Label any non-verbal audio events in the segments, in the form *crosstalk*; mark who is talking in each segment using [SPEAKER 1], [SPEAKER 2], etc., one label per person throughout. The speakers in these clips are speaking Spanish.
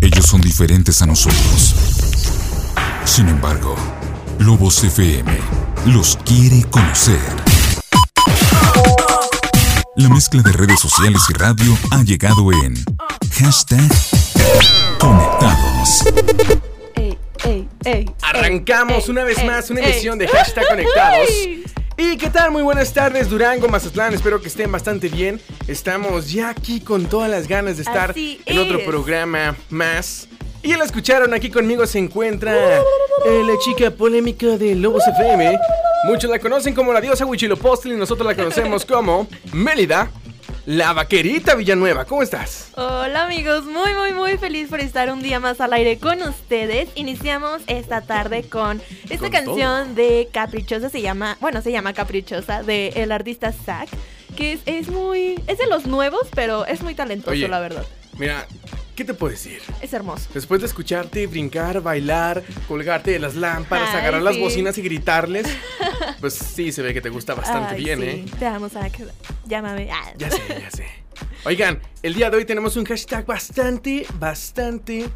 [SPEAKER 1] Ellos son diferentes a nosotros. Sin embargo, Lobos FM los quiere conocer. La mezcla de redes sociales y radio ha llegado en hashtag conectados.
[SPEAKER 2] Ey, ey, ey.
[SPEAKER 3] Arrancamos
[SPEAKER 2] ey,
[SPEAKER 3] una vez
[SPEAKER 2] ey,
[SPEAKER 3] más una
[SPEAKER 2] ey.
[SPEAKER 3] emisión de Hashtag Conectados.
[SPEAKER 2] Ay.
[SPEAKER 3] ¿Y qué tal? Muy buenas tardes, Durango, Mazatlán. Espero que estén bastante bien. Estamos ya aquí con todas las ganas de estar
[SPEAKER 2] Así
[SPEAKER 3] en otro
[SPEAKER 2] es.
[SPEAKER 3] programa más. Y ya lo escucharon, aquí conmigo se encuentra eh, la chica polémica de Lobos FM. Muchos la conocen como la diosa Huichilopostle y nosotros la
[SPEAKER 2] *laughs*
[SPEAKER 3] conocemos como Mélida, la vaquerita Villanueva. ¿Cómo estás?
[SPEAKER 2] Hola amigos, muy muy muy feliz por estar un día más al aire con ustedes. Iniciamos esta tarde con esta
[SPEAKER 3] Con
[SPEAKER 2] canción de Caprichosa, se llama, bueno, se llama Caprichosa, de el artista Zack, que es, es muy, es de los nuevos, pero es muy talentoso,
[SPEAKER 3] Oye.
[SPEAKER 2] la verdad.
[SPEAKER 3] Mira, ¿qué te puedo decir?
[SPEAKER 2] Es hermoso.
[SPEAKER 3] Después de escucharte brincar, bailar, colgarte de las lámparas,
[SPEAKER 2] Ay,
[SPEAKER 3] agarrar las
[SPEAKER 2] sí.
[SPEAKER 3] bocinas
[SPEAKER 2] *laughs*
[SPEAKER 3] y gritarles, pues sí, se ve que te gusta bastante
[SPEAKER 2] Ay,
[SPEAKER 3] bien,
[SPEAKER 2] sí.
[SPEAKER 3] ¿eh?
[SPEAKER 2] Te amo, Zack. Llámame. Ah.
[SPEAKER 3] Ya sé, ya sé. Oigan, el día de hoy tenemos un hashtag bastante, bastante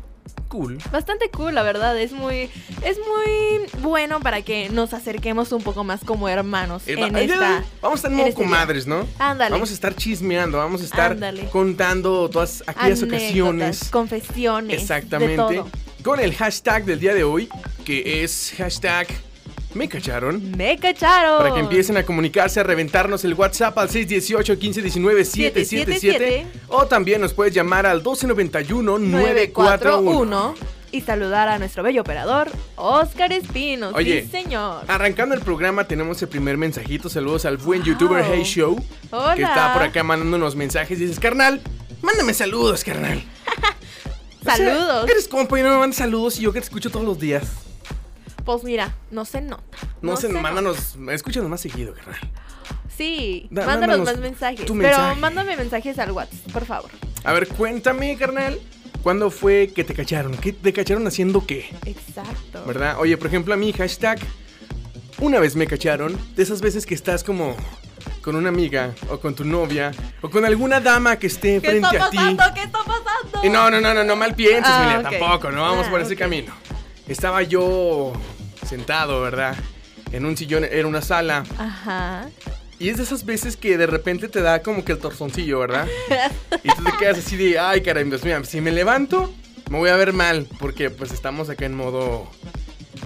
[SPEAKER 3] cool.
[SPEAKER 2] Bastante cool, la verdad, es muy es muy bueno para que nos acerquemos un poco más como hermanos
[SPEAKER 3] El-
[SPEAKER 2] en
[SPEAKER 3] el día de
[SPEAKER 2] esta
[SPEAKER 3] hoy Eh, vamos a estar
[SPEAKER 2] en
[SPEAKER 3] como
[SPEAKER 2] este día.
[SPEAKER 3] comadres, ¿no?
[SPEAKER 2] Ándale.
[SPEAKER 3] Vamos a estar chismeando, vamos a estar
[SPEAKER 2] Ándale.
[SPEAKER 3] contando todas aquellas
[SPEAKER 2] anécdotas,
[SPEAKER 3] ocasiones.
[SPEAKER 2] confesiones, de
[SPEAKER 3] Exactamente.
[SPEAKER 2] todo.
[SPEAKER 3] Con el hashtag del día de hoy, que es hashtag me cacharon.
[SPEAKER 2] Me cacharon.
[SPEAKER 3] Para que empiecen a comunicarse, a reventarnos el WhatsApp al 618 1519 777 o también nos puedes llamar al 1291 941.
[SPEAKER 2] 941 y saludar a nuestro bello operador Oscar Espinos.
[SPEAKER 3] Oye. Ah,
[SPEAKER 2] sí, señor.
[SPEAKER 3] Arrancando el programa tenemos el primer mensajito, saludos al buen
[SPEAKER 2] Wow.
[SPEAKER 3] youtuber Hey Show
[SPEAKER 2] Hola.
[SPEAKER 3] que está por acá mandando unos mensajes y dices, "Carnal, mándame saludos, carnal." O sea,
[SPEAKER 2] Saludos.
[SPEAKER 3] eres compa y no me mandas saludos y yo que te escucho todos los días.
[SPEAKER 2] Pues mira, no se nota.
[SPEAKER 3] No, sé,
[SPEAKER 2] nota.
[SPEAKER 3] mándanos, escúchanos más seguido, carnal.
[SPEAKER 2] Sí,
[SPEAKER 3] Da-
[SPEAKER 2] mándanos,
[SPEAKER 3] mándanos
[SPEAKER 2] más mensajes.
[SPEAKER 3] tu
[SPEAKER 2] Pero
[SPEAKER 3] mensaje.
[SPEAKER 2] mándame mensajes al WhatsApp, por favor.
[SPEAKER 3] A ver, cuéntame, carnal, ¿cuándo fue que te cacharon? ¿Qué te cacharon haciendo qué?
[SPEAKER 2] Exacto.
[SPEAKER 3] ¿Verdad? Oye, por ejemplo, a mí, hashtag, una vez me cacharon, de esas veces que estás como con una amiga, o con tu novia, o con alguna dama que esté
[SPEAKER 2] ¿Qué está
[SPEAKER 3] frente a ti.
[SPEAKER 2] pasando? ¿Qué está pasando?
[SPEAKER 3] Y no, no, no, no, no mal pienses,
[SPEAKER 2] Ah,
[SPEAKER 3] Emilia,
[SPEAKER 2] ok.
[SPEAKER 3] tampoco, no vamos
[SPEAKER 2] Ah,
[SPEAKER 3] por ese
[SPEAKER 2] ok.
[SPEAKER 3] camino. Estaba yo sentado, ¿verdad? En un sillón, era una sala.
[SPEAKER 2] Ajá.
[SPEAKER 3] Y es de esas veces que de repente te da como que el torzoncillo, ¿verdad? Y tú te quedas así de, ay, caray, pues mira, si me levanto, me voy a ver mal, porque pues estamos acá en modo,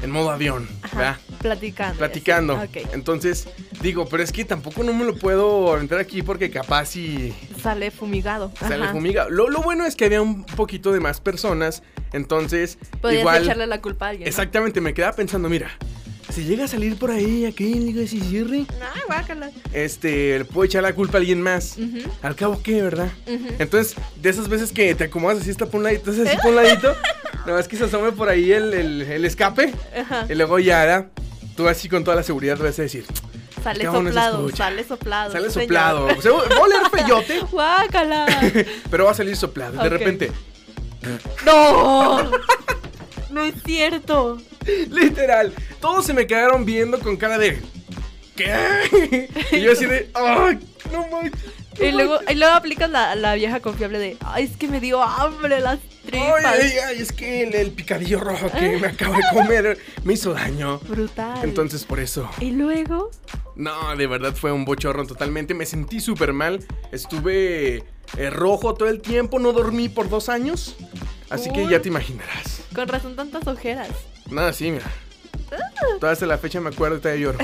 [SPEAKER 3] en modo avión,
[SPEAKER 2] Ajá.
[SPEAKER 3] ¿verdad?
[SPEAKER 2] Platicando.
[SPEAKER 3] platicando.
[SPEAKER 2] ya sé. Ok.
[SPEAKER 3] Entonces, digo, pero es que tampoco no me lo puedo aventar aquí porque capaz si
[SPEAKER 2] Sale fumigado.
[SPEAKER 3] sale
[SPEAKER 2] Ajá.
[SPEAKER 3] fumiga. Lo, lo bueno es que había un poquito de más personas, entonces
[SPEAKER 2] Podrías
[SPEAKER 3] igual
[SPEAKER 2] echarle la culpa a alguien. ¿no?
[SPEAKER 3] exactamente me quedaba pensando, mira, si llega a salir por ahí aquel digo, si cierre,
[SPEAKER 2] Ay, Ah, guácala.
[SPEAKER 3] este, le puedo echar la culpa a alguien más.
[SPEAKER 2] Ujú.
[SPEAKER 3] Al cabo qué, ¿verdad?
[SPEAKER 2] Ujú.
[SPEAKER 3] Entonces, de esas veces que te acomodas así hasta por un ladito, estás así
[SPEAKER 2] *laughs*
[SPEAKER 3] por un ladito, nada más que se asome por ahí el, el- el escape
[SPEAKER 2] Ajá.
[SPEAKER 3] y luego ya, ¿verdad? tú así con toda la seguridad vas a decir,
[SPEAKER 2] Sale
[SPEAKER 3] Qué bueno se
[SPEAKER 2] soplado,
[SPEAKER 3] escucha.
[SPEAKER 2] sale soplado.
[SPEAKER 3] Sale
[SPEAKER 2] sí, señor.
[SPEAKER 3] soplado. O sea, va a oler
[SPEAKER 2] *laughs*
[SPEAKER 3] feyote, *laughs*
[SPEAKER 2] ¡Guácala!
[SPEAKER 3] pero va a salir soplado. De
[SPEAKER 2] Ok.
[SPEAKER 3] repente, *laughs*
[SPEAKER 2] ¡No! No es cierto.
[SPEAKER 3] literal, todos se me quedaron viendo con cara de. ¿Qué? Y yo así de. ¡Ay! No manches. no
[SPEAKER 2] Y luego,
[SPEAKER 3] manches.
[SPEAKER 2] y luego aplicas la, la vieja confiable de, ay, es que me dio hambre las tripas.
[SPEAKER 3] Ay, ay, ay, es que el, el picadillo rojo que me acabo de comer me hizo daño.
[SPEAKER 2] Brutal.
[SPEAKER 3] Entonces, por eso.
[SPEAKER 2] Y luego,
[SPEAKER 3] No, de verdad fue un bochorno totalmente. Me sentí súper mal. Estuve eh, rojo todo el tiempo. No dormí por dos años. Así que
[SPEAKER 2] Uy.
[SPEAKER 3] ya te imaginarás.
[SPEAKER 2] con razón tantas ojeras.
[SPEAKER 3] Nada, sí, mira.
[SPEAKER 2] Ah.
[SPEAKER 3] Todavía hasta la fecha me acuerdo y
[SPEAKER 2] *laughs*
[SPEAKER 3] todavía lloro.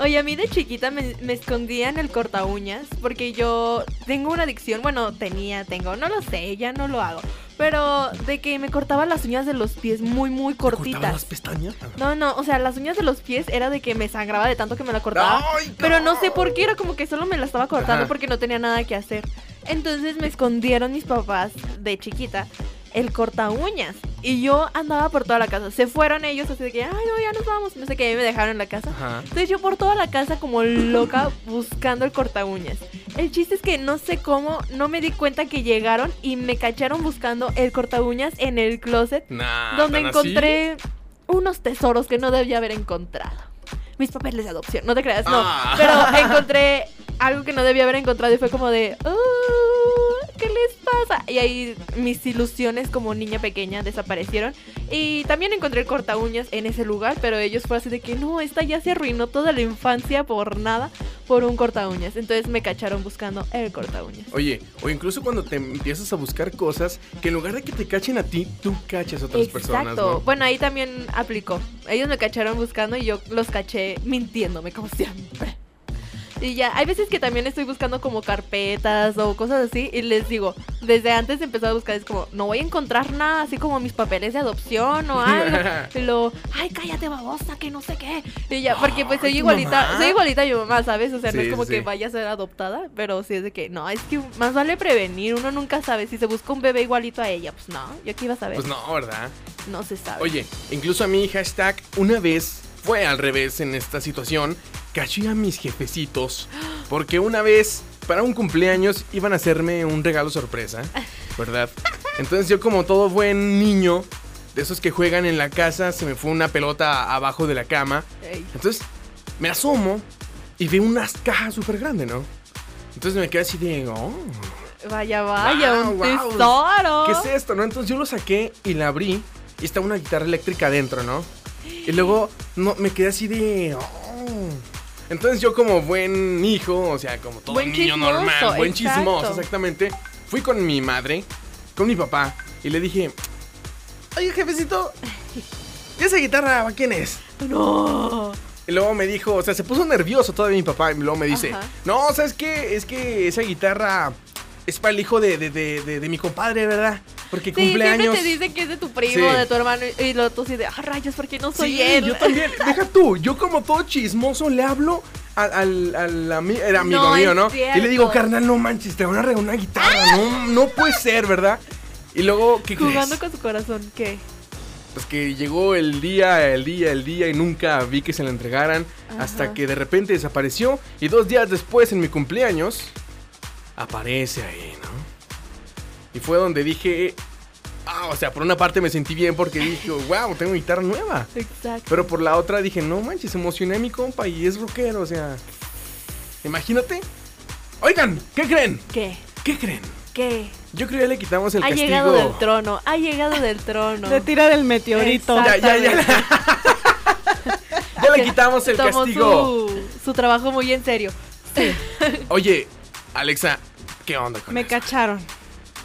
[SPEAKER 2] Oye, a mí de chiquita me, me escondía en el corta uñas porque yo tengo una adicción, bueno, tenía, tengo, no lo sé, ya no lo hago, pero de que me cortaba las uñas de los pies muy, muy
[SPEAKER 3] ¿Cortaban
[SPEAKER 2] cortitas.
[SPEAKER 3] las pestañas?
[SPEAKER 2] No, no, o sea, las uñas de los pies era de que me sangraba de tanto que me la cortaba.
[SPEAKER 3] Ay,
[SPEAKER 2] Pero no sé por qué, era como que solo me la estaba cortando
[SPEAKER 3] Ajá.
[SPEAKER 2] porque no tenía nada que hacer. Entonces me escondieron mis papás de chiquita el corta uñas. Y yo andaba por toda la casa. Se fueron ellos así de que, ay, no, ya nos vamos. No sé qué, me dejaron en la casa.
[SPEAKER 3] Ajá.
[SPEAKER 2] Entonces yo por toda la casa como loca buscando el corta uñas. El chiste es que no sé cómo, no me di cuenta que llegaron y me cacharon buscando el corta uñas en el closet
[SPEAKER 3] Nah,
[SPEAKER 2] donde
[SPEAKER 3] ¿tan así?
[SPEAKER 2] encontré unos tesoros que no debía haber encontrado. Mis papeles de adopción, no te creas, no.
[SPEAKER 3] Ah.
[SPEAKER 2] Pero encontré algo que no debía haber encontrado y fue como de, "Uh, ¿qué les pasa? Y ahí mis ilusiones como niña pequeña desaparecieron. Y también encontré el corta uñas en ese lugar, pero ellos fue así de que no, esta ya se arruinó toda la infancia por nada, por un corta uñas. Entonces me cacharon buscando el corta uñas.
[SPEAKER 3] Oye, o incluso cuando te empiezas a buscar cosas que en lugar de que te cachen a ti, tú cachas a otras personas. ¿no?
[SPEAKER 2] Bueno, ahí también aplicó. Ellos me cacharon buscando y yo los caché mintiéndome, como siempre. Y ya, hay veces que también estoy buscando como carpetas o cosas así y les digo, desde antes de empezar a buscar es como, no voy a encontrar nada, así como mis papeles de adopción o
[SPEAKER 3] *laughs*
[SPEAKER 2] algo. Y lo, ay, cállate babosa, que no sé qué. Y ya, porque pues soy
[SPEAKER 3] ¿tu
[SPEAKER 2] igualita,
[SPEAKER 3] mamá?
[SPEAKER 2] soy igualita a mi mamá, ¿sabes? O sea, no
[SPEAKER 3] Sí,
[SPEAKER 2] es como
[SPEAKER 3] sí,
[SPEAKER 2] que
[SPEAKER 3] sí.
[SPEAKER 2] vaya a ser adoptada, pero sí es de que, no, es que más vale prevenir, uno nunca sabe si se busca un bebé igualito a ella, pues no, yo qué iba a saber,
[SPEAKER 3] Pues no, ¿verdad?
[SPEAKER 2] no se sabe.
[SPEAKER 3] Oye, incluso a mí hashtag una vez fue al revés en esta situación. Caché a mis jefecitos porque una vez para un cumpleaños iban a hacerme un regalo sorpresa, ¿verdad? Entonces yo como todo buen niño de esos que juegan en la casa se me fue una pelota abajo de la cama.
[SPEAKER 2] Ey.
[SPEAKER 3] Entonces me asomo y veo unas cajas súper grandes, ¿no? Entonces me quedé así de... "Oh".
[SPEAKER 2] Vaya, vaya,
[SPEAKER 3] Guau,
[SPEAKER 2] un
[SPEAKER 3] guau.
[SPEAKER 2] tesoro.
[SPEAKER 3] ¿Qué es esto, no? Entonces yo lo saqué y la abrí y estaba una guitarra eléctrica adentro, ¿no? Y luego no, me quedé así de... "Oh". Entonces yo como buen hijo, o sea, como todo
[SPEAKER 2] Buen
[SPEAKER 3] niño
[SPEAKER 2] chismoso,
[SPEAKER 3] normal, buen
[SPEAKER 2] exacto.
[SPEAKER 3] chismoso, exactamente, fui con mi madre, con mi papá, y le dije, oye jefecito, ¿y esa guitarra a quién es?
[SPEAKER 2] No.
[SPEAKER 3] Y luego me dijo, o sea, se puso nervioso todavía mi papá. Y luego me dice,
[SPEAKER 2] Ajá.
[SPEAKER 3] no, ¿sabes qué? Es que esa guitarra es para el hijo de, de- de- de- de mi compadre, ¿verdad? Porque
[SPEAKER 2] Sí,
[SPEAKER 3] cumple años.
[SPEAKER 2] siempre te dicen que es de tu primo,
[SPEAKER 3] Sí.
[SPEAKER 2] de tu hermano, y lo tú sí de, ah, rayos, porque no soy
[SPEAKER 3] Sí,
[SPEAKER 2] él.
[SPEAKER 3] yo también. Deja tú, yo como todo chismoso le hablo al, al- al ami- era amigo
[SPEAKER 2] No,
[SPEAKER 3] mío,
[SPEAKER 2] es
[SPEAKER 3] ¿no? Y le digo,
[SPEAKER 2] cierto.
[SPEAKER 3] carnal, no manches, te van a regalar una guitarra. No, no puede ser, ¿verdad? Y luego, ¿qué
[SPEAKER 2] Jugando
[SPEAKER 3] crees?
[SPEAKER 2] con su corazón, ¿qué?
[SPEAKER 3] Pues que llegó el día, el día, el día y nunca vi que se la entregaran hasta
[SPEAKER 2] Ajá.
[SPEAKER 3] que de repente desapareció y dos días después en mi cumpleaños aparece ahí, ¿no? Y fue donde dije, ah, o sea, por una parte me sentí bien
[SPEAKER 2] *laughs*
[SPEAKER 3] porque dije, wow, tengo guitarra nueva.
[SPEAKER 2] Exacto.
[SPEAKER 3] Pero por la otra dije, no manches, emocioné a mi compa y es rockero, o sea, imagínate. Oigan, ¿qué creen?
[SPEAKER 2] ¿Qué?
[SPEAKER 3] ¿Qué creen?
[SPEAKER 2] ¿Qué?
[SPEAKER 3] Yo creo que ya le quitamos el
[SPEAKER 2] ha
[SPEAKER 3] castigo.
[SPEAKER 2] llegado del trono, ha llegado del
[SPEAKER 3] *laughs*
[SPEAKER 2] trono.
[SPEAKER 4] Se tira del meteorito.
[SPEAKER 2] Exacto.
[SPEAKER 3] ya, ya, ya. *laughs* ya le quitamos el
[SPEAKER 2] Tomó
[SPEAKER 3] castigo.
[SPEAKER 2] Su, su trabajo muy en serio.
[SPEAKER 3] Oye, Alexa, ¿qué onda con
[SPEAKER 4] Me
[SPEAKER 3] eso?
[SPEAKER 4] cacharon.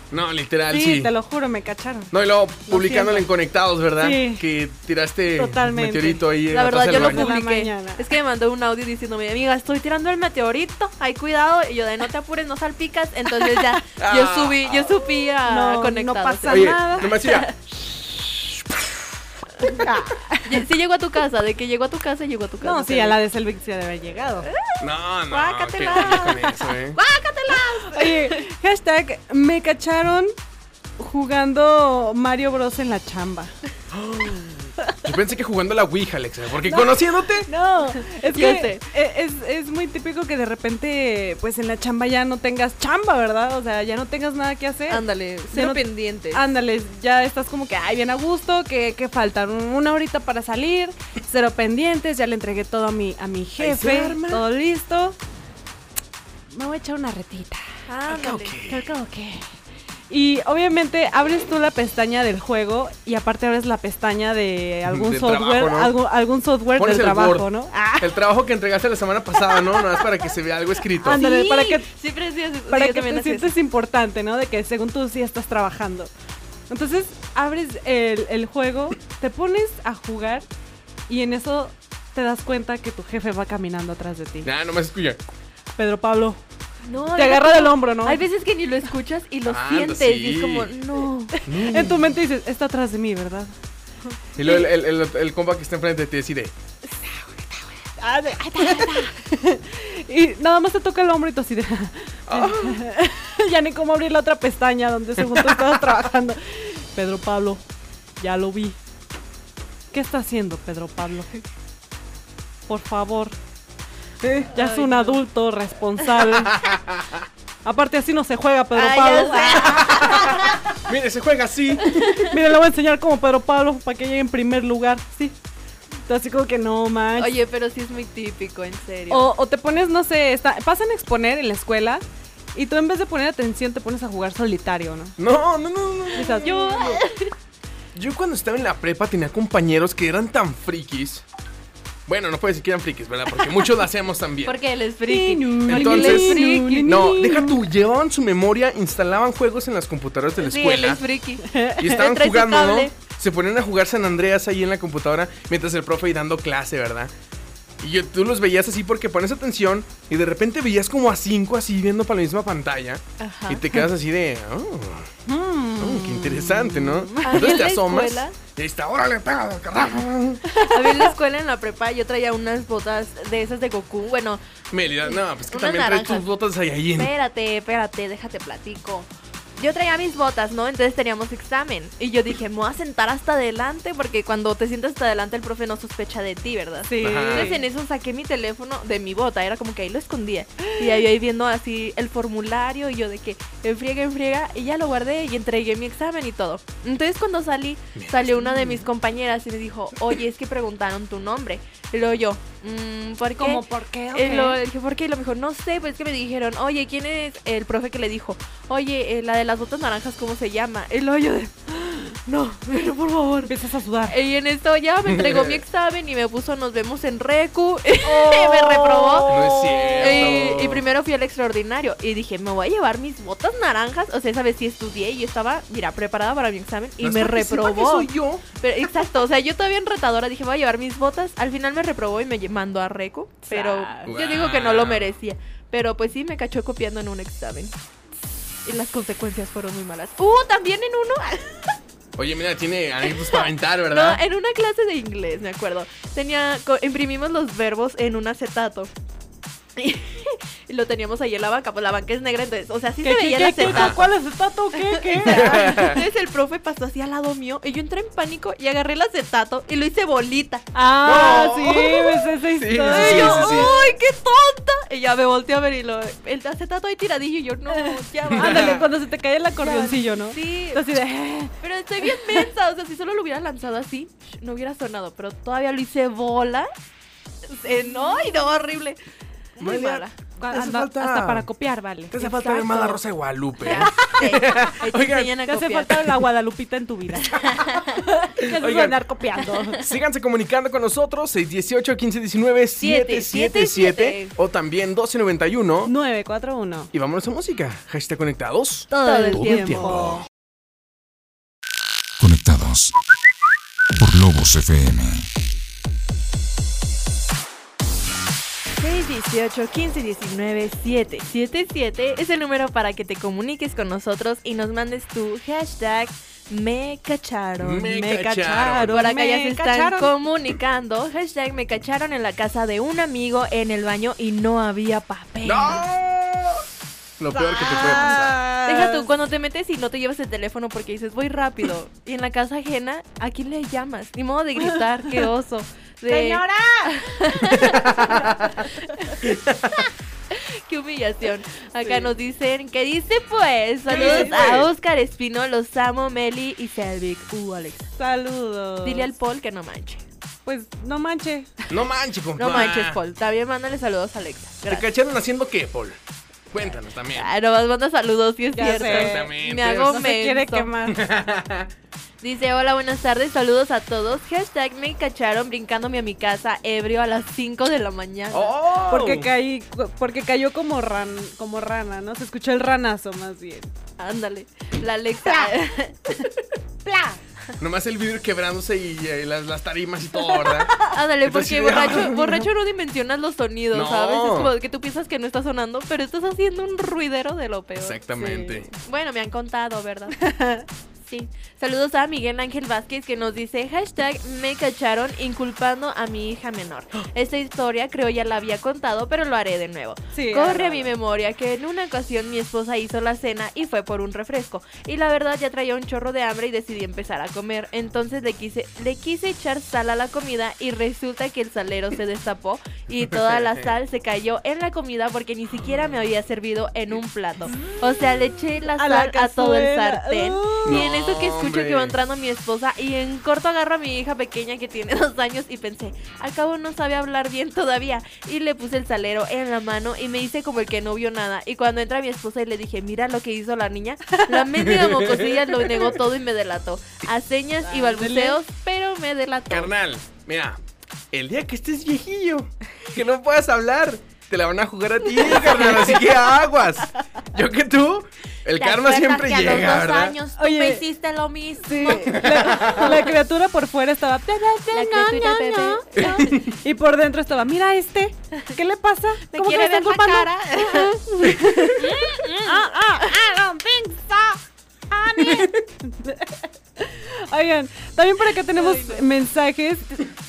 [SPEAKER 3] No, literal, sí.
[SPEAKER 4] Sí, te lo juro, me cacharon.
[SPEAKER 3] No, y luego publicándolo
[SPEAKER 4] siento.
[SPEAKER 3] en Conectados, ¿verdad?
[SPEAKER 4] Sí.
[SPEAKER 3] Que tiraste
[SPEAKER 4] Totalmente.
[SPEAKER 3] meteorito ahí en
[SPEAKER 2] La verdad,
[SPEAKER 3] taza
[SPEAKER 2] yo
[SPEAKER 3] del
[SPEAKER 2] lo
[SPEAKER 3] baño.
[SPEAKER 4] De la
[SPEAKER 2] publiqué.
[SPEAKER 4] mañana.
[SPEAKER 2] Es que me mandó un audio diciéndome, amiga, estoy tirando el meteorito, hay cuidado. Y yo de no te apures, no salpicas. Entonces ya, yo
[SPEAKER 3] *laughs* Ah.
[SPEAKER 2] subí, yo subí a
[SPEAKER 4] No, no
[SPEAKER 2] Conectados.
[SPEAKER 4] pasa
[SPEAKER 3] Oye,
[SPEAKER 4] nada.
[SPEAKER 3] nomás ya.
[SPEAKER 2] *laughs*
[SPEAKER 4] *laughs*
[SPEAKER 2] Ya- Sí llegó a tu casa, de que llegó a tu casa, llegó a tu casa.
[SPEAKER 4] No, sí, a la de Selvig se debe haber
[SPEAKER 2] *laughs*
[SPEAKER 4] llegado.
[SPEAKER 3] No, no.
[SPEAKER 2] Guácatela.
[SPEAKER 3] ¿qué onda con eso,
[SPEAKER 4] *laughs*
[SPEAKER 3] eh?
[SPEAKER 4] Oye, hashtag, me cacharon jugando Mario Bros en la chamba.
[SPEAKER 3] Yo pensé que jugando a la Ouija, Alexa, porque conociéndote.
[SPEAKER 4] *laughs* No, es
[SPEAKER 2] Yo
[SPEAKER 4] que
[SPEAKER 2] sé.
[SPEAKER 4] e- es, es muy típico que de repente, pues en la chamba ya no tengas chamba, ¿verdad? O sea, ya no tengas nada que hacer.
[SPEAKER 2] Ándale, cero
[SPEAKER 4] no- Ah,
[SPEAKER 2] pendientes.
[SPEAKER 4] Ándale, ya estás como que, ay, bien a gusto, que, que faltan una horita para salir, cero pendientes, ya le entregué todo a mi, a mi jefe,
[SPEAKER 3] arma.
[SPEAKER 4] todo listo. Me voy a echar una retita.
[SPEAKER 2] Ah, Ándale.
[SPEAKER 4] Creo que ok. Y obviamente abres tú la pestaña del juego y aparte abres la pestaña de algún
[SPEAKER 3] Del trabajo,
[SPEAKER 4] software,
[SPEAKER 3] ¿no?
[SPEAKER 4] algo- algún software
[SPEAKER 3] Pones
[SPEAKER 4] del
[SPEAKER 3] el
[SPEAKER 4] trabajo,
[SPEAKER 3] Word.
[SPEAKER 4] ¿no? Ah,
[SPEAKER 3] El trabajo que entregaste la semana pasada, ¿no? Nada más para que se vea algo escrito.
[SPEAKER 4] Anda. ándale, para que-
[SPEAKER 2] Siempre sí, sí,
[SPEAKER 4] para
[SPEAKER 2] yo
[SPEAKER 4] que
[SPEAKER 2] también
[SPEAKER 4] te
[SPEAKER 2] hacía eso.
[SPEAKER 4] sientes importante, ¿no? De que según tú sí estás trabajando. Entonces abres el, el juego, te pones a jugar y en eso te das cuenta que tu jefe va caminando atrás de ti.
[SPEAKER 3] Nah, nomás escucha.
[SPEAKER 4] Pedro Pablo,
[SPEAKER 2] No,
[SPEAKER 4] te
[SPEAKER 2] deja
[SPEAKER 4] agarra
[SPEAKER 2] tú.
[SPEAKER 4] del hombro, ¿no?
[SPEAKER 2] Hay veces que ni lo escuchas y lo
[SPEAKER 3] Ah, anda,
[SPEAKER 2] sientes.
[SPEAKER 3] sí.
[SPEAKER 2] Y es como, no.
[SPEAKER 4] En tu mente dices, está atrás de mí, ¿verdad?
[SPEAKER 3] Y luego el, el, el- el compa que está enfrente de ti decide.
[SPEAKER 4] Ah, *laughs* Y nada más te toca el hombro y tú así de...
[SPEAKER 2] Ah.
[SPEAKER 4] *laughs* ya ni cómo abrir la otra pestaña donde según tú
[SPEAKER 2] *laughs*
[SPEAKER 4] estabas trabajando. Pedro Pablo, ya lo vi. ¿Qué está haciendo Pedro Pablo? Por favor.
[SPEAKER 3] "Eh,
[SPEAKER 4] Ya es
[SPEAKER 2] Ay,
[SPEAKER 4] un
[SPEAKER 2] no.
[SPEAKER 4] adulto responsable.
[SPEAKER 2] *laughs*
[SPEAKER 4] Aparte así no se juega Pedro
[SPEAKER 2] Ay,
[SPEAKER 4] Pablo.
[SPEAKER 2] ya sé.
[SPEAKER 3] Mire, se juega así.
[SPEAKER 4] Mira, le voy a enseñar como Pedro Pablo para que llegue en primer lugar. Sí. Entonces, Así como que no manches.
[SPEAKER 2] Oye, pero sí es muy típico, en serio.
[SPEAKER 4] O, o te pones, no sé, está- pasan a exponer en la escuela Y tú en vez de poner atención te pones a jugar solitario, ¿no?
[SPEAKER 3] No, no, no, no.
[SPEAKER 2] *laughs*
[SPEAKER 4] Quizás,
[SPEAKER 2] Yo,
[SPEAKER 3] Yo cuando estaba en la prepa tenía compañeros que eran tan frikis. Bueno, no puedes decir que eran frikis, ¿verdad? Porque muchos lo hacemos también.
[SPEAKER 2] porque él es friki. Porque él es
[SPEAKER 3] Entonces-
[SPEAKER 2] friki.
[SPEAKER 3] No, deja tú, llevaban su memoria, instalaban juegos en las computadoras de la
[SPEAKER 2] Sí, él
[SPEAKER 3] escuela.
[SPEAKER 2] es friki.
[SPEAKER 3] Y estaban
[SPEAKER 2] Trae su
[SPEAKER 3] jugando, ¿no?
[SPEAKER 2] cable.
[SPEAKER 3] Se ponían a jugar San Andreas ahí en la computadora mientras el profe y dando clase, ¿verdad? Y yo- tú los veías así porque pones atención y de repente veías como a cinco así viendo para la misma pantalla.
[SPEAKER 4] Ajá.
[SPEAKER 3] Y te quedas así de, oh,
[SPEAKER 4] mm,
[SPEAKER 3] oh, qué interesante,
[SPEAKER 2] *laughs*
[SPEAKER 3] ¿no?
[SPEAKER 2] Ah, ¿y
[SPEAKER 3] Entonces
[SPEAKER 2] en
[SPEAKER 3] te
[SPEAKER 2] la
[SPEAKER 3] asomas
[SPEAKER 2] escuela?
[SPEAKER 3] y ahí está, órale, pega, carajo. *laughs*
[SPEAKER 2] A mí en la escuela, en la prepa, yo traía unas botas de esas de Goku. Bueno,
[SPEAKER 3] Melida, no, pues que
[SPEAKER 2] Unas
[SPEAKER 3] también traes
[SPEAKER 2] naranjas.
[SPEAKER 3] tus botas ahí, ahí en...
[SPEAKER 2] espérate, espérate, déjate platico. Yo traía mis botas, ¿no? Entonces teníamos examen. Y yo dije, me voy a sentar hasta adelante porque cuando te sientas hasta adelante el profe no sospecha de ti, ¿verdad?
[SPEAKER 4] Sí.
[SPEAKER 3] Ajá.
[SPEAKER 2] Entonces en eso saqué mi teléfono de mi bota, era como que ahí lo escondía. Y ahí, ahí viendo así el formulario y yo de que enfriega, enfriega, y ya lo guardé y entregué mi examen y todo. Entonces cuando salí, salió una de mis compañeras y me dijo, oye, es que preguntaron tu nombre. Y luego yo, "Mm, ¿por qué?
[SPEAKER 4] ¿Cómo por qué?
[SPEAKER 2] Y luego
[SPEAKER 4] Ok.
[SPEAKER 2] dije, ¿por qué? Y Eh, lo me dijo, no sé, pues es que me dijeron, oye, ¿quién es el profe que le dijo? Oye, eh, la de las botas naranjas, ¿cómo se llama? Y luego yo de, *gasps* no, no, por favor.
[SPEAKER 4] Empiezas a sudar.
[SPEAKER 2] Y en esto ya me entregó
[SPEAKER 3] *laughs*
[SPEAKER 2] mi examen y me puso nos vemos en Recu. *laughs* *laughs* me reprobó.
[SPEAKER 3] *laughs* No es cierto.
[SPEAKER 2] Y, y primero fui al extraordinario y dije, me voy a llevar mis botas naranjas. O sea, esa vez sí estudié y yo estaba, mira, preparada para mi examen y
[SPEAKER 3] No es
[SPEAKER 2] me
[SPEAKER 3] porque sepa que
[SPEAKER 2] reprobó.
[SPEAKER 3] soy yo.
[SPEAKER 2] Pero, exacto, o sea, yo todavía en retadora dije, voy a llevar mis botas. Al final me reprobó y me lle- mandó a Recu. Pero
[SPEAKER 4] Sas.
[SPEAKER 2] yo digo que no lo
[SPEAKER 3] Wow.
[SPEAKER 2] merecía. Pero pues sí, me cachó copiando en un examen. Y las consecuencias fueron muy malas. ¡Uh! También en uno.
[SPEAKER 3] Oye, mira, tiene anécdotas para aventar, ¿verdad?
[SPEAKER 2] No, en una clase de inglés, me acuerdo. Tenía, co- imprimimos los verbos en un acetato. *laughs* Y lo teníamos ahí en la banca, pues la banca es negra, entonces, o sea, sí se veía el acetato.
[SPEAKER 4] ¿Cuál es
[SPEAKER 2] *laughs*
[SPEAKER 4] acetato? ¿Qué? ¿Qué?
[SPEAKER 2] Entonces el profe pasó así al lado mío y yo entré en pánico y agarré el acetato y lo hice bolita.
[SPEAKER 4] Ah,
[SPEAKER 3] Oh.
[SPEAKER 4] sí, ves esa
[SPEAKER 3] sí,
[SPEAKER 4] historia.
[SPEAKER 2] Y yo,
[SPEAKER 3] sí, sí.
[SPEAKER 2] ¡ay, qué tonta! Y ya me volteé a ver y lo, el acetato ahí tiradillo y yo, no, ya va. *laughs*
[SPEAKER 4] Ándale, cuando se te cae el acordeoncillo, ¿no?
[SPEAKER 2] Sí,
[SPEAKER 4] Así de... "Eh,
[SPEAKER 2] pero estoy bien mensa, o sea, si solo lo hubiera lanzado así, sh- no hubiera sonado, pero todavía lo hice bola. Eh, no, y no, horrible. Muy
[SPEAKER 3] Malia, *laughs*
[SPEAKER 2] mala.
[SPEAKER 3] Te hace
[SPEAKER 4] Anda-
[SPEAKER 3] falta-
[SPEAKER 4] Hasta para copiar, vale.
[SPEAKER 3] Te hace falta ver
[SPEAKER 2] Exacto.
[SPEAKER 3] más la Rosa de Guadalupe.
[SPEAKER 2] *laughs*
[SPEAKER 3] ¿eh?
[SPEAKER 2] Ahí te
[SPEAKER 3] Oigan,
[SPEAKER 2] enseñan a
[SPEAKER 4] Te hace
[SPEAKER 2] copiar.
[SPEAKER 4] falta la Guadalupita en tu
[SPEAKER 2] *laughs*
[SPEAKER 4] vida. *laughs* Te haces
[SPEAKER 3] Oigan.
[SPEAKER 4] andar copiando.
[SPEAKER 3] Síganse comunicando con nosotros, 618-1519-777
[SPEAKER 2] 777.
[SPEAKER 3] o también 1291.
[SPEAKER 4] 941.
[SPEAKER 3] Y vámonos a música. Hashtag conectados.
[SPEAKER 2] todo el
[SPEAKER 3] Todo el
[SPEAKER 2] tiempo.
[SPEAKER 3] tiempo.
[SPEAKER 1] Conectados por Lobos FM.
[SPEAKER 2] 618 15 19 777 es el número para que te comuniques con nosotros y nos mandes tu hashtag me cacharon.
[SPEAKER 3] Me
[SPEAKER 4] Me
[SPEAKER 3] cacharon.
[SPEAKER 4] cacharon.
[SPEAKER 2] Por acá
[SPEAKER 4] me
[SPEAKER 2] ya se están
[SPEAKER 4] cacharon.
[SPEAKER 2] comunicando. Hashtag me cacharon en la casa de un amigo en el baño y no había papel.
[SPEAKER 3] Lo peor que te
[SPEAKER 2] Ah.
[SPEAKER 3] puede pasar.
[SPEAKER 4] Ah,
[SPEAKER 2] Deja tú, cuando te metes y no te llevas el teléfono porque dices voy rápido. Y en la casa ajena, ¿a quién le llamas? Ni modo de gritar,
[SPEAKER 4] *laughs*
[SPEAKER 2] qué oso. De-
[SPEAKER 4] ¡Señora!
[SPEAKER 2] Qué humillación. Acá nos dicen, ¿qué dice pues? Saludos
[SPEAKER 3] dice,
[SPEAKER 2] a
[SPEAKER 3] pues?
[SPEAKER 2] Oscar Espino, los amo, Meli y Selvic. Uh, Alex.
[SPEAKER 4] Saludos.
[SPEAKER 2] Dile al Paul que no manche.
[SPEAKER 4] Pues no manche.
[SPEAKER 3] No manches, compa.
[SPEAKER 2] No manches, Paul. También mándale saludos a Alexa.
[SPEAKER 3] ¿Te
[SPEAKER 2] Gracias.
[SPEAKER 3] cacharon haciendo qué, Paul? Cuéntanos también.
[SPEAKER 2] Ah, nomás manda saludos, si es
[SPEAKER 4] Ya
[SPEAKER 2] cierto.
[SPEAKER 4] sé.
[SPEAKER 3] Exactamente.
[SPEAKER 2] Me hago *laughs*
[SPEAKER 4] No se quiere
[SPEAKER 2] menso.
[SPEAKER 4] quemar.
[SPEAKER 2] Dice, hola, buenas tardes, saludos a todos. Hashtag me cacharon brincándome a mi casa ebrio a las 5 de la mañana.
[SPEAKER 3] Oh.
[SPEAKER 4] Porque, caí, porque cayó como, ran, como rana, ¿no? Se escuchó el ranazo más bien.
[SPEAKER 2] Ándale. La Alexa. *laughs*
[SPEAKER 3] Nomás el vidrio quebrándose y, eh, las, las tarimas y
[SPEAKER 2] *laughs*
[SPEAKER 3] todo, ¿verdad?
[SPEAKER 2] Ándale,
[SPEAKER 3] Entonces,
[SPEAKER 2] porque
[SPEAKER 3] sí,
[SPEAKER 2] borracho,
[SPEAKER 3] *laughs* ah.
[SPEAKER 2] borracho no dimensionas los sonidos,
[SPEAKER 3] No.
[SPEAKER 2] ¿sabes? Es como que tú piensas que no está sonando, pero estás haciendo un ruidero de lo peor.
[SPEAKER 3] Exactamente.
[SPEAKER 2] Bueno, me han contado, ¿verdad? Sí. Saludos a Miguel Ángel Vázquez que nos dice hashtag me cacharon inculpando a mi hija
[SPEAKER 3] *gasps*
[SPEAKER 2] menor. Esta historia creo ya la había contado, pero lo haré de nuevo.
[SPEAKER 4] Sí,
[SPEAKER 2] Corre a
[SPEAKER 4] ándale.
[SPEAKER 2] mi memoria que en una ocasión mi esposa hizo la cena y fue por un refresco. Y la verdad ya traía un chorro de hambre y decidí empezar a comer. Entonces le quise, le quise echar sal a la comida y resulta que el salero se destapó y toda
[SPEAKER 4] *laughs*
[SPEAKER 2] la sal se cayó en la comida porque ni siquiera me había servido en un plato. O sea, le eché la
[SPEAKER 4] A
[SPEAKER 2] sal
[SPEAKER 4] la
[SPEAKER 2] a todo el
[SPEAKER 4] cazuela.
[SPEAKER 2] sartén.
[SPEAKER 4] Uh.
[SPEAKER 2] Y en eso que escucho
[SPEAKER 3] Hombre.
[SPEAKER 2] que va entrando mi esposa y en corto agarro a mi hija pequeña que tiene *laughs* dos años y pensé, al cabo no sabe hablar bien todavía. Y le puse el salero en la mano y me hice como el que no vio nada. Y cuando entra mi esposa y le dije, mira lo que hizo la niña,
[SPEAKER 3] *laughs*
[SPEAKER 2] la mendiga mocosilla lo negó todo y me delató. A señas y balbuceos, pero me delató.
[SPEAKER 3] Carnal, mira, el día que estés viejillo, que no puedas hablar, te la van a jugar a ti, carnal, así que aguas. Yo que tú, el
[SPEAKER 2] ¿Te
[SPEAKER 3] karma
[SPEAKER 2] acuerdas
[SPEAKER 3] siempre
[SPEAKER 2] que a
[SPEAKER 3] llega,
[SPEAKER 2] los dos
[SPEAKER 3] ¿verdad?
[SPEAKER 2] años tú
[SPEAKER 4] Oye.
[SPEAKER 2] me hiciste lo mismo.
[SPEAKER 4] Sí, la, la criatura por fuera estaba.
[SPEAKER 2] La criatura *laughs* Pepe.
[SPEAKER 4] Y por dentro estaba, mira este, ¿qué le pasa?
[SPEAKER 2] ¿Me
[SPEAKER 4] que
[SPEAKER 2] quiere
[SPEAKER 4] le
[SPEAKER 2] ver
[SPEAKER 4] están
[SPEAKER 2] la
[SPEAKER 4] culpando?" *laughs*
[SPEAKER 2] cara? *laughs*
[SPEAKER 4] Ah, ah, I don't think so, honey. Oigan, también por acá tenemos mensajes.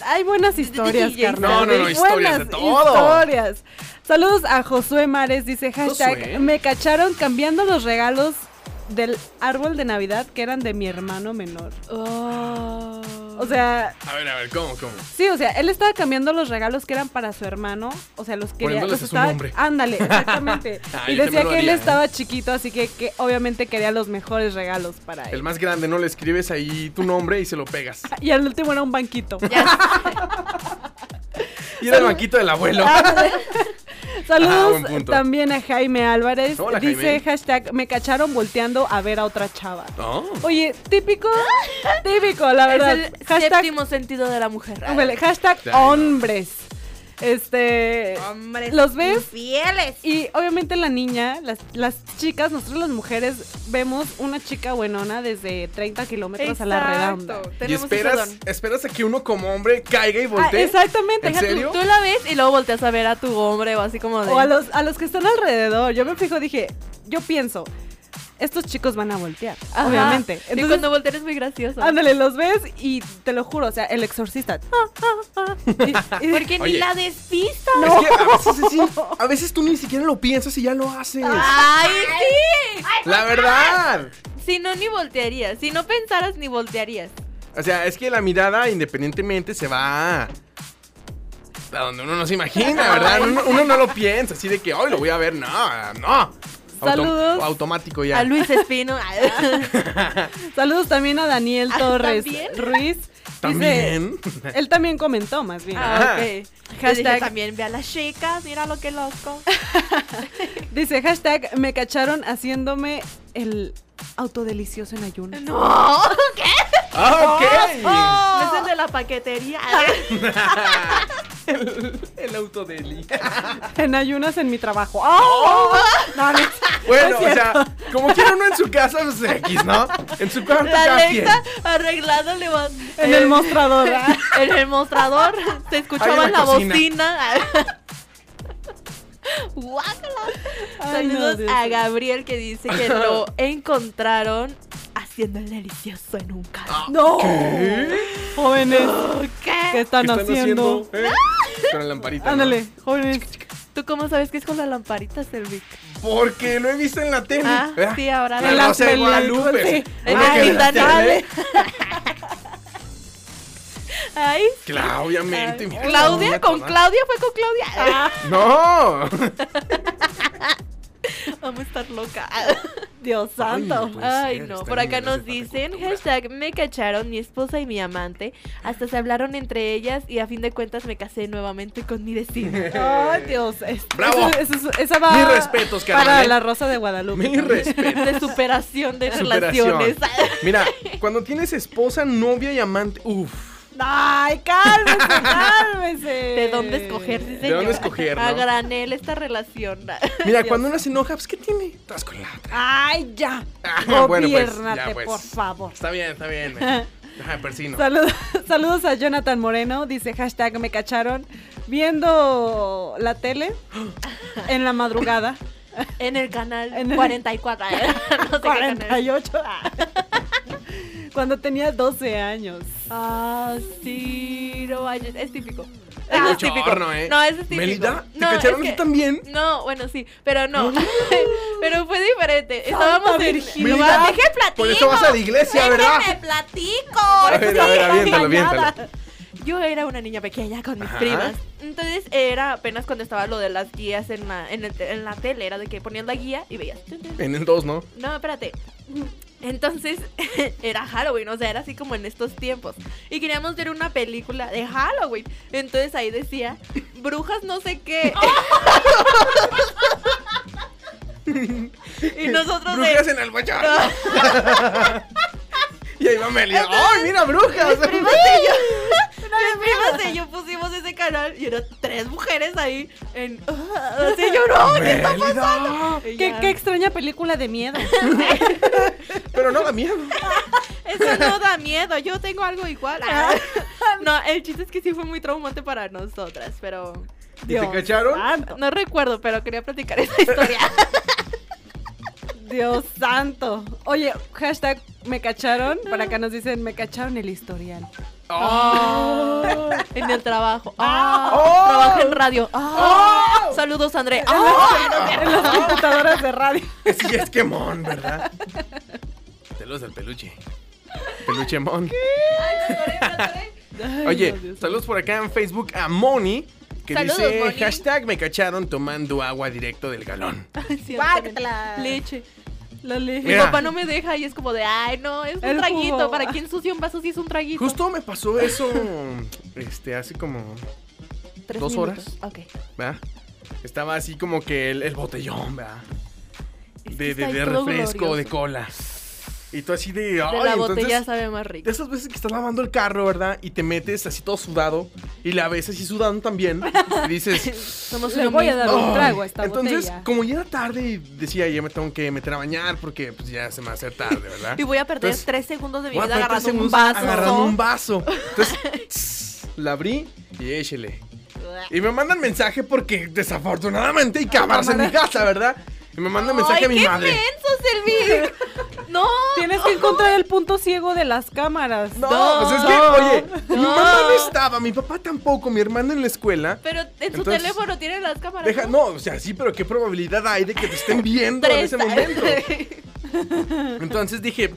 [SPEAKER 4] Hay buenas historias,
[SPEAKER 2] DJ,
[SPEAKER 4] carnal.
[SPEAKER 3] No, no, no,
[SPEAKER 4] Hay
[SPEAKER 3] historias de
[SPEAKER 4] buenas
[SPEAKER 3] todo.
[SPEAKER 4] Historias. Saludos a Josué Mares, dice hashtag,
[SPEAKER 3] Josué.
[SPEAKER 4] me cacharon cambiando los regalos del árbol de Navidad que eran de mi hermano menor. O sea,
[SPEAKER 3] A ver, a ver, ¿cómo, cómo?
[SPEAKER 4] Sí, o sea, él estaba cambiando los regalos que eran para su hermano. O sea, los quería.
[SPEAKER 3] Poniéndoles a
[SPEAKER 4] Los
[SPEAKER 3] su
[SPEAKER 4] estaba,
[SPEAKER 3] nombre.
[SPEAKER 4] Ándale,
[SPEAKER 3] *laughs*
[SPEAKER 4] exactamente.
[SPEAKER 3] Ah,
[SPEAKER 4] y
[SPEAKER 3] yo
[SPEAKER 4] decía
[SPEAKER 3] también lo
[SPEAKER 4] que él
[SPEAKER 3] haría, ¿eh?
[SPEAKER 4] estaba chiquito, así que, que obviamente quería los mejores regalos para él.
[SPEAKER 3] El más grande, no le escribes ahí tu nombre y se lo pegas.
[SPEAKER 4] Y al último era un banquito.
[SPEAKER 3] Y era el banquito del abuelo. Ah,
[SPEAKER 4] Saludos
[SPEAKER 3] buen punto.
[SPEAKER 4] también a Jaime Álvarez.
[SPEAKER 3] Hola,
[SPEAKER 4] Dice
[SPEAKER 3] Jaime.
[SPEAKER 4] hashtag, me cacharon volteando a ver a otra chava.
[SPEAKER 3] No.
[SPEAKER 4] Oye,
[SPEAKER 2] *laughs*
[SPEAKER 4] típico, típico, la
[SPEAKER 2] Es
[SPEAKER 4] verdad.
[SPEAKER 2] el
[SPEAKER 4] hashtag,
[SPEAKER 2] séptimo sentido de la mujer.
[SPEAKER 4] huele, hashtag
[SPEAKER 3] Ay, no.
[SPEAKER 4] hombres. Este.
[SPEAKER 2] Hombres
[SPEAKER 4] ¿Los ves?
[SPEAKER 2] Fieles.
[SPEAKER 4] Y obviamente la niña, las, las chicas, nosotros las mujeres vemos una chica buenona desde 30 kilómetros a la redonda.
[SPEAKER 3] Y
[SPEAKER 2] Tenemos ese
[SPEAKER 3] esperas,
[SPEAKER 2] don.
[SPEAKER 3] esperas a que uno como hombre caiga y
[SPEAKER 4] Ah,
[SPEAKER 3] voltee.
[SPEAKER 4] exactamente.
[SPEAKER 3] ¿En
[SPEAKER 4] deja tú.
[SPEAKER 3] serio?
[SPEAKER 2] Tú la ves y luego volteas a ver a tu hombre o así como de.
[SPEAKER 4] O a los, a los que están alrededor. Yo me fijo, dije, yo pienso, estos chicos van a voltear,
[SPEAKER 2] Ajá.
[SPEAKER 4] obviamente.
[SPEAKER 2] y
[SPEAKER 4] Entonces,
[SPEAKER 2] cuando volteas es muy gracioso.
[SPEAKER 4] ándale, los ves y te lo juro, o sea, el exorcista. Ah, ah, ah.
[SPEAKER 2] *laughs*
[SPEAKER 4] Y- y-
[SPEAKER 2] Porque
[SPEAKER 3] Oye.
[SPEAKER 2] ni la despista.
[SPEAKER 3] Es que a veces,
[SPEAKER 2] *laughs*
[SPEAKER 3] es in- a veces tú ni siquiera lo piensas y ya lo haces.
[SPEAKER 2] ¡Ay, sí!
[SPEAKER 3] La verdad.
[SPEAKER 2] Si no, ni voltearías. Si no pensaras, ni voltearías.
[SPEAKER 3] O sea, es que la mirada independientemente se va a donde uno no
[SPEAKER 2] *laughs*
[SPEAKER 3] se imagina, ¿verdad? Uno, uno no lo piensa, así de que hoy lo voy a ver, no, no. Autom-
[SPEAKER 4] Saludos.
[SPEAKER 3] automático ya.
[SPEAKER 2] A Luis Espino.
[SPEAKER 4] *laughs* Saludos también a Daniel
[SPEAKER 2] Ah,
[SPEAKER 4] Torres
[SPEAKER 2] ¿también?
[SPEAKER 4] Ruiz. Dice-
[SPEAKER 2] *laughs*
[SPEAKER 3] También.
[SPEAKER 4] él también comentó, más bien.
[SPEAKER 2] ah,
[SPEAKER 3] Ajá.
[SPEAKER 2] ok. Yo
[SPEAKER 4] Hashtag-
[SPEAKER 2] dije también ve a las chicas, mira lo que
[SPEAKER 4] *laughs*
[SPEAKER 2] loco.
[SPEAKER 4] Dice hashtag me cacharon haciéndome el autodelicioso en ayuno.
[SPEAKER 2] No,
[SPEAKER 3] Ah,
[SPEAKER 2] no es el de la
[SPEAKER 4] *laughs*
[SPEAKER 2] paquetería.
[SPEAKER 3] ok. El auto de Eli.
[SPEAKER 4] En ayunas en mi trabajo. ¡Oh! No, no.
[SPEAKER 3] Bueno,
[SPEAKER 4] No
[SPEAKER 3] o
[SPEAKER 4] es
[SPEAKER 3] sea, como quiera uno en su casa, pues X, ¿no? En
[SPEAKER 2] *laughs*
[SPEAKER 3] su cuarto
[SPEAKER 2] La
[SPEAKER 3] cada quien.
[SPEAKER 2] Alexa arreglándole más. *laughs*
[SPEAKER 4] En el mostrador.
[SPEAKER 2] eh, En el mostrador se
[SPEAKER 3] Ahí
[SPEAKER 2] escuchaba
[SPEAKER 3] en
[SPEAKER 2] la
[SPEAKER 3] la cocina.
[SPEAKER 2] bocina. *laughs* Guácala.
[SPEAKER 4] Ay, no,
[SPEAKER 2] Saludos
[SPEAKER 4] Dios
[SPEAKER 2] a
[SPEAKER 4] mío.
[SPEAKER 2] Gabriel que dice que *laughs* lo encontraron haciendo el delicioso en un carro.
[SPEAKER 4] ¡No! Jóvenes, ¿qué
[SPEAKER 2] Ah. ¿Qué?
[SPEAKER 4] están,
[SPEAKER 3] ¿Qué
[SPEAKER 4] haciendo?
[SPEAKER 3] *laughs* eh? Con la lamparita. ¿no?
[SPEAKER 4] Ándale, jóvenes.
[SPEAKER 2] ¿Tú cómo sabes que es con la lamparita, Cervic?
[SPEAKER 3] Porque lo he visto en la tele.
[SPEAKER 2] Ah,
[SPEAKER 3] ¿verdad?
[SPEAKER 2] sí, ahora
[SPEAKER 3] La
[SPEAKER 2] veo.
[SPEAKER 3] Rosa de Guadalupe.
[SPEAKER 4] sí.
[SPEAKER 3] Uno
[SPEAKER 2] En
[SPEAKER 3] que
[SPEAKER 2] el
[SPEAKER 3] en la
[SPEAKER 2] Quintanal.
[SPEAKER 3] tele.
[SPEAKER 2] *laughs* Ay,
[SPEAKER 3] Claro, obviamente. mira,
[SPEAKER 2] Claudia,
[SPEAKER 3] mira,
[SPEAKER 2] con
[SPEAKER 3] ¿no?
[SPEAKER 2] Claudia, fue con Claudia.
[SPEAKER 3] No. *laughs*
[SPEAKER 2] *laughs* Vamos a estar loca.
[SPEAKER 4] Dios santo.
[SPEAKER 3] no puede
[SPEAKER 2] Ay,
[SPEAKER 3] ser,
[SPEAKER 2] no.
[SPEAKER 3] está
[SPEAKER 2] Por
[SPEAKER 3] bien,
[SPEAKER 2] acá
[SPEAKER 3] gracias
[SPEAKER 2] nos
[SPEAKER 3] por la
[SPEAKER 2] dicen,
[SPEAKER 3] cultura.
[SPEAKER 2] hashtag, me cacharon mi esposa y mi amante. Hasta se hablaron entre ellas y a fin de cuentas me casé nuevamente con mi destino.
[SPEAKER 3] *laughs*
[SPEAKER 4] Ay, Dios. es-
[SPEAKER 3] Eh, Bravo.
[SPEAKER 4] eso- eso- esa va
[SPEAKER 3] Mis respetos, carnal,
[SPEAKER 4] Para
[SPEAKER 3] ¿eh?
[SPEAKER 4] la Rosa de Guadalupe.
[SPEAKER 3] Mi respeto.
[SPEAKER 2] De superación de
[SPEAKER 3] Superación.
[SPEAKER 2] *laughs* relaciones.
[SPEAKER 3] Mira, cuando tienes esposa, novia y amante, uff,
[SPEAKER 4] Ay,
[SPEAKER 3] *laughs*
[SPEAKER 4] cálmese, cálmese.
[SPEAKER 2] De dónde escoger, sí,
[SPEAKER 3] ¿De
[SPEAKER 2] señor.
[SPEAKER 3] dónde escoger, no?
[SPEAKER 2] A granel esta relación.
[SPEAKER 3] mira,
[SPEAKER 4] Dios.
[SPEAKER 3] cuando una se enoja, pues ¿qué tiene? Estás con la otra.
[SPEAKER 4] Ay, ya.
[SPEAKER 3] Ah, *laughs* bueno, pues, ya,
[SPEAKER 4] Gobiérnate,
[SPEAKER 3] pues.
[SPEAKER 4] por favor.
[SPEAKER 3] Está bien, está bien. Ajá, persino.
[SPEAKER 4] Saludos, *laughs* saludos a Jonathan Moreno, dice hashtag me cacharon viendo la tele en
[SPEAKER 2] *laughs*
[SPEAKER 4] la madrugada.
[SPEAKER 2] *laughs* En el canal
[SPEAKER 4] En el-
[SPEAKER 2] 44. *laughs* No sé qué canal. *laughs*
[SPEAKER 4] 48. ah, Cuando tenía 12 años.
[SPEAKER 2] Ah, sí, no vayas. Es típico.
[SPEAKER 3] Qué
[SPEAKER 2] Eso Ah, es típico.
[SPEAKER 3] bochorno, ¿eh?
[SPEAKER 2] No, eso es típico.
[SPEAKER 3] Melita, ¿te
[SPEAKER 2] No,
[SPEAKER 3] cacharon
[SPEAKER 2] es
[SPEAKER 3] tú
[SPEAKER 2] que-
[SPEAKER 3] también?
[SPEAKER 2] No, bueno, sí, pero no.
[SPEAKER 3] Ah.
[SPEAKER 2] *laughs* pero fue diferente. Estábamos en...
[SPEAKER 4] Virginia.
[SPEAKER 2] Nomás Dije platico.
[SPEAKER 3] Por eso vas a la iglesia, ¿verdad?
[SPEAKER 2] Déjenme platico.
[SPEAKER 3] A ver, a ver, aviéntalo, aviéntalo.
[SPEAKER 2] Yo era una niña pequeña con mis
[SPEAKER 3] Ajá.
[SPEAKER 2] primas. Entonces era apenas cuando estaba lo de las guías en la, en, el- en la tele. Era de que ponías la guía y veías.
[SPEAKER 3] En el 2, ¿no?
[SPEAKER 2] No, espérate. Entonces *laughs* era Halloween, o sea, era así como en estos tiempos. Y queríamos ver una película de Halloween. Entonces ahí decía, brujas no sé
[SPEAKER 4] *laughs*
[SPEAKER 2] qué. y nosotros de-
[SPEAKER 3] Brujas en el bochón. *laughs* y ahí va Melia. ¡Ay, mira, brujas!
[SPEAKER 2] mis primas y yo, mis primas y yo pusimos ese canal y eran tres mujeres ahí en... así yo,
[SPEAKER 4] *gasps*
[SPEAKER 2] no, ¿qué está
[SPEAKER 3] Mélida.
[SPEAKER 2] pasando? Y
[SPEAKER 4] ¿Qué,
[SPEAKER 2] ya.
[SPEAKER 4] qué extraña película de
[SPEAKER 3] *laughs*
[SPEAKER 4] miedo.
[SPEAKER 3] Pero no da miedo.
[SPEAKER 2] Eso no da miedo, yo tengo algo
[SPEAKER 4] *laughs*
[SPEAKER 2] igual. *laughs* No, el chiste es que sí fue muy traumante para nosotras, pero
[SPEAKER 3] ¿Y te cacharon?
[SPEAKER 4] santo,
[SPEAKER 2] no recuerdo, pero quería platicar esa
[SPEAKER 4] *laughs*
[SPEAKER 2] historia.
[SPEAKER 4] Dios santo. Oye, hashtag me cacharon. Para acá nos dicen, me cacharon el historial. Oh.
[SPEAKER 2] En el trabajo. Ah,
[SPEAKER 3] Oh.
[SPEAKER 2] Trabajo en radio. Ah, Saludos, André. *laughs*
[SPEAKER 4] Oh.
[SPEAKER 2] Ah,
[SPEAKER 4] En las computadoras de radio.
[SPEAKER 3] Es, y es quemón, ¿verdad? Saludos al peluche. Peluchemón.
[SPEAKER 4] Dios,
[SPEAKER 3] Oye,
[SPEAKER 4] Dios.
[SPEAKER 3] saludos por acá en Facebook a Moni. Que
[SPEAKER 2] Saludos,
[SPEAKER 3] dice,
[SPEAKER 2] Moni.
[SPEAKER 3] hashtag me cacharon tomando agua directo del galón.
[SPEAKER 2] Sí, Leche.
[SPEAKER 4] La ley.
[SPEAKER 2] Mi
[SPEAKER 3] Mira.
[SPEAKER 2] papá no me deja y es como de, ay, no, es un
[SPEAKER 4] El
[SPEAKER 2] traguito.
[SPEAKER 4] jugo.
[SPEAKER 2] ¿Para quién sucia un vaso si es un traguito?
[SPEAKER 3] Justo me pasó eso este, hace como
[SPEAKER 2] Tres
[SPEAKER 3] dos
[SPEAKER 2] minutos.
[SPEAKER 3] horas.
[SPEAKER 2] Ok.
[SPEAKER 3] ¿verdad? Estaba así como que el, el botellón, ¿verdad?
[SPEAKER 2] Es que
[SPEAKER 3] De, de-
[SPEAKER 2] está ahí
[SPEAKER 3] de
[SPEAKER 2] todo
[SPEAKER 3] refresco, de
[SPEAKER 2] glorioso.
[SPEAKER 3] cola. Y tú así de...
[SPEAKER 2] De
[SPEAKER 3] "Ay",
[SPEAKER 2] la
[SPEAKER 3] entonces,
[SPEAKER 2] botella sabe más rico.
[SPEAKER 3] de esas veces que estás lavando el carro, ¿verdad? Y te metes así todo sudado. Y la ves así sudando también.
[SPEAKER 2] *laughs*
[SPEAKER 3] Y dices...
[SPEAKER 2] Somos
[SPEAKER 4] Le
[SPEAKER 2] uno
[SPEAKER 4] voy a
[SPEAKER 2] mismo.
[SPEAKER 4] dar un
[SPEAKER 3] "Ay".
[SPEAKER 4] trago a esta
[SPEAKER 3] Entonces,
[SPEAKER 4] botella.
[SPEAKER 3] como ya era tarde y decía, ya me tengo que meter a bañar porque pues, ya se me va a hacer tarde,
[SPEAKER 2] *laughs*
[SPEAKER 3] ¿verdad?
[SPEAKER 2] Y voy a perder
[SPEAKER 3] Entonces,
[SPEAKER 2] tres segundos de mi
[SPEAKER 3] Voy a
[SPEAKER 2] vida
[SPEAKER 3] apretar
[SPEAKER 2] agarrando un
[SPEAKER 3] segundos
[SPEAKER 2] vaso.
[SPEAKER 3] Agarrando un vaso.
[SPEAKER 2] *laughs*
[SPEAKER 3] Entonces, tss, la abrí y échele. Y me mandan mensaje porque desafortunadamente hay cámaras en mi casa, ¿verdad? Y me mandan mensaje a mi madre.
[SPEAKER 2] ¡Qué menso,
[SPEAKER 3] *laughs*
[SPEAKER 2] Selvi! ¡No!
[SPEAKER 4] Tienes que encontrar el punto ciego de las cámaras.
[SPEAKER 3] No,
[SPEAKER 2] No,
[SPEAKER 3] pues es que,
[SPEAKER 2] no,
[SPEAKER 3] oye, mi
[SPEAKER 2] no.
[SPEAKER 3] mamá no estaba, mi papá tampoco, mi hermana en la escuela.
[SPEAKER 2] Pero en su
[SPEAKER 3] Entonces,
[SPEAKER 2] teléfono tiene las cámaras.
[SPEAKER 3] Deja, no, o sea, sí, pero qué probabilidad hay de que te estén viendo en
[SPEAKER 2] *laughs*
[SPEAKER 3] ese momento. Entonces dije,